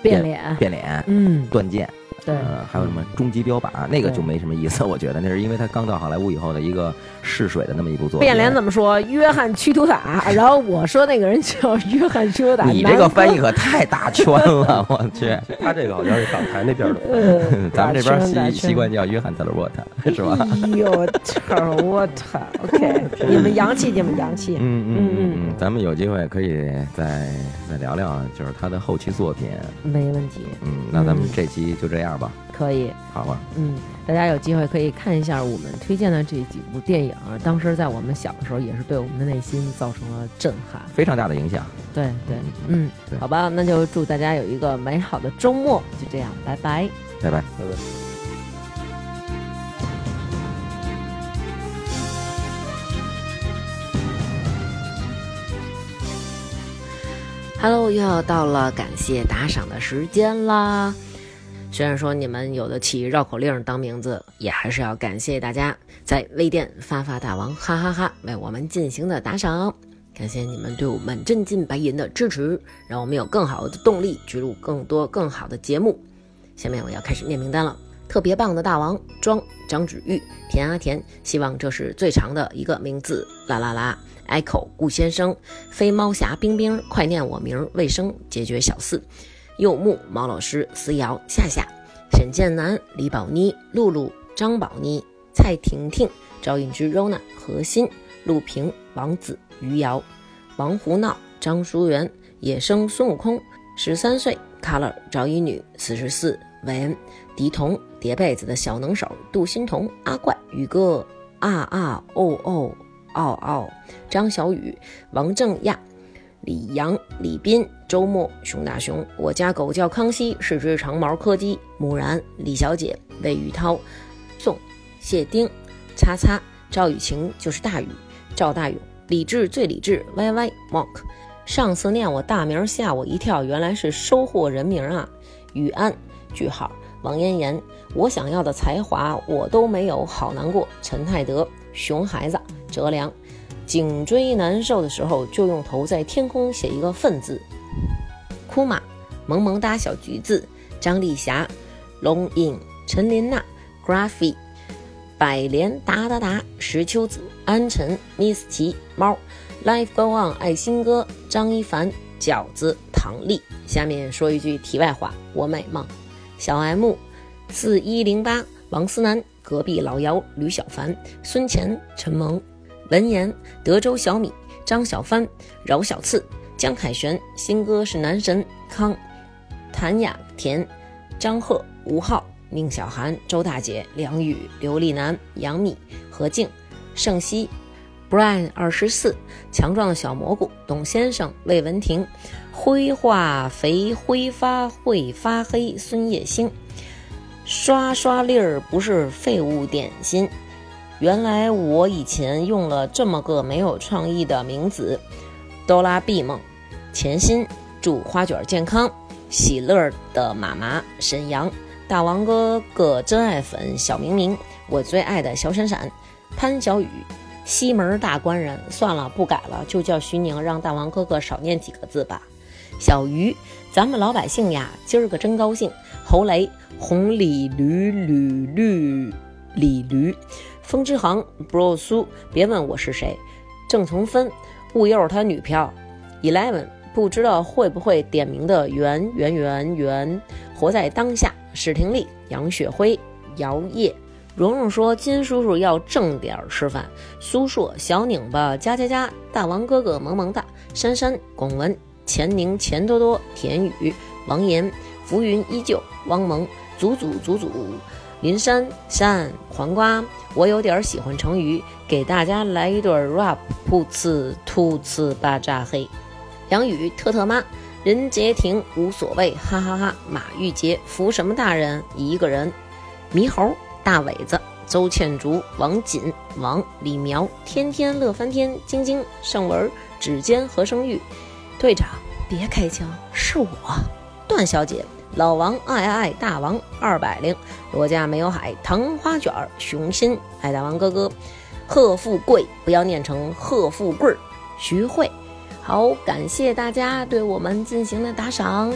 S2: 变脸，
S3: 《变脸》
S2: 嗯，
S3: 《断剑》。
S2: 对，
S3: 呃，还有什么终极标靶，那个就没什么意思，我觉得那是因为他刚到好莱坞以后的一个试水的那么一部作品。
S2: 变脸怎么说？约翰屈图塔。然后我说那个人叫约翰屈图塔。
S3: 你这个翻译可太大圈了， 我去。
S4: 他这个好像是港台那边的。
S2: 南哥，
S3: 咱们这边
S2: 打
S3: 习
S2: 圈
S3: 习惯。叫约翰·特勒沃特，是吧
S2: 打？圈哎呦，我操！我操！OK，你们洋气，你们洋气。
S3: 嗯嗯嗯
S2: 嗯
S3: 嗯，咱们有机会可以再再聊聊，就是他的后期作品。
S2: 没问题，
S3: 嗯，那咱们这期就这样吧，
S2: 可以。
S3: 好吧？
S2: 嗯，大家有机会可以看一下我们推荐的这几部电影，啊当时在我们小的时候也是对我们的内心造成了震撼。
S3: 非常大的影响。
S2: 对对
S3: 嗯，
S2: 嗯
S3: 对，
S2: 好吧，那就祝大家有一个美好的周末，就这样，拜拜。
S3: 拜拜。
S6: Hãy subscribe cho kênh Ghiền Mì Gõ Để không bỏ lỡ
S2: Hello，又要到了感谢打赏的时间啦！虽然说你们有的起绕口令当名字，也还是要感谢大家在微店发发大王哈哈哈为我们进行的打赏，感谢你们对我们真金白银的支持，让我们有更好的动力去录更多更好的节目。下面我要开始念名单了。特别棒的大王庄张芷玉田阿田，希望这是最长的一个名字。啦啦啦，Echo 顾先生，飞猫侠冰冰，快念我名儿卫生解决小四，柚木毛老师思瑶夏夏，沈建南李宝妮露露张宝妮蔡婷婷赵韵之 Rona 何欣陆平王子余瑶王胡闹张淑媛野生孙悟空十三岁 Color 赵一女四十四韦恩迪童叠被子的小能手杜欣彤阿怪宇哥啊啊哦哦奥奥张小雨王正亚李阳李斌周末熊大熊我家狗叫康熙是只长毛柯基木然李小姐魏宇涛宋谢丁擦擦赵雨晴就是大雨赵大勇理智最理智 Y Y Monk 上次念我大名吓我一跳，原来是收获人名啊！雨安，句号，王嫣妍，我想要的才华我都没有，好难过。陈泰德，熊孩子，哲良，颈椎难受的时候就用头在天空写一个粪字。库玛，萌萌哒小橘子，张丽霞，龙影，陈琳娜，Graphy，百莲达达达，石秋子，安晨，Miss 奇猫，Life Go On，爱心哥，张一凡，饺子，唐丽。下面说一句题外话，我美梦，小 M，四一零八，王思南，隔壁老姚，吕小凡，孙乾，陈萌，文言，德州小米，张小帆，饶小次，江凯旋，新哥是男神，康，谭雅田，张赫、吴昊、宁小涵、周大姐、梁宇、刘丽楠、杨幂、何静、盛熙、Brian 二十四、强壮的小蘑菇、董先生、魏文婷、灰化肥挥发会发黑、孙叶星、刷刷粒儿不是废物点心。原来我以前用了这么个没有创意的名字，哆啦 B 梦、钱鑫，祝花卷健康。喜乐的妈妈沈阳，大王哥哥真爱粉小明明，我最爱的小闪闪，潘小雨，西门大官人，算了，不改了，就叫徐宁，让大王哥哥少念几个字吧。小鱼，咱们老百姓呀，今儿个真高兴。侯雷，红鲤驴吕绿鲤驴，风之航，bro 苏，别问我是谁，郑从芬，物又是他女票，eleven。不知道会不会点名的袁袁袁袁，活在当下。史廷利、杨雪辉、姚烨，蓉蓉说金叔叔要正点儿吃饭。苏硕、小拧巴、加加加、大王哥哥、萌萌哒、珊珊、龚文、钱宁、钱多多、田宇、王岩、浮云依旧、汪萌、祖祖祖祖、林珊珊、黄瓜。我有点喜欢成语，给大家来一段 rap，噗呲突呲巴扎嘿。杨宇、特特妈、任洁婷无所谓，哈哈哈马玉洁服什么大人？一个人。猕猴、大伟子、邹倩竹、王锦、王李苗、天天乐翻天、晶晶、盛文、指尖和声玉、队长，别开枪，是我。段小姐、老王、爱爱爱、大王、二百零、罗家没有海、糖花卷儿、熊心、爱大王哥哥、贺富贵，不要念成贺富贵儿、徐慧。好，感谢大家对我们进行的打赏，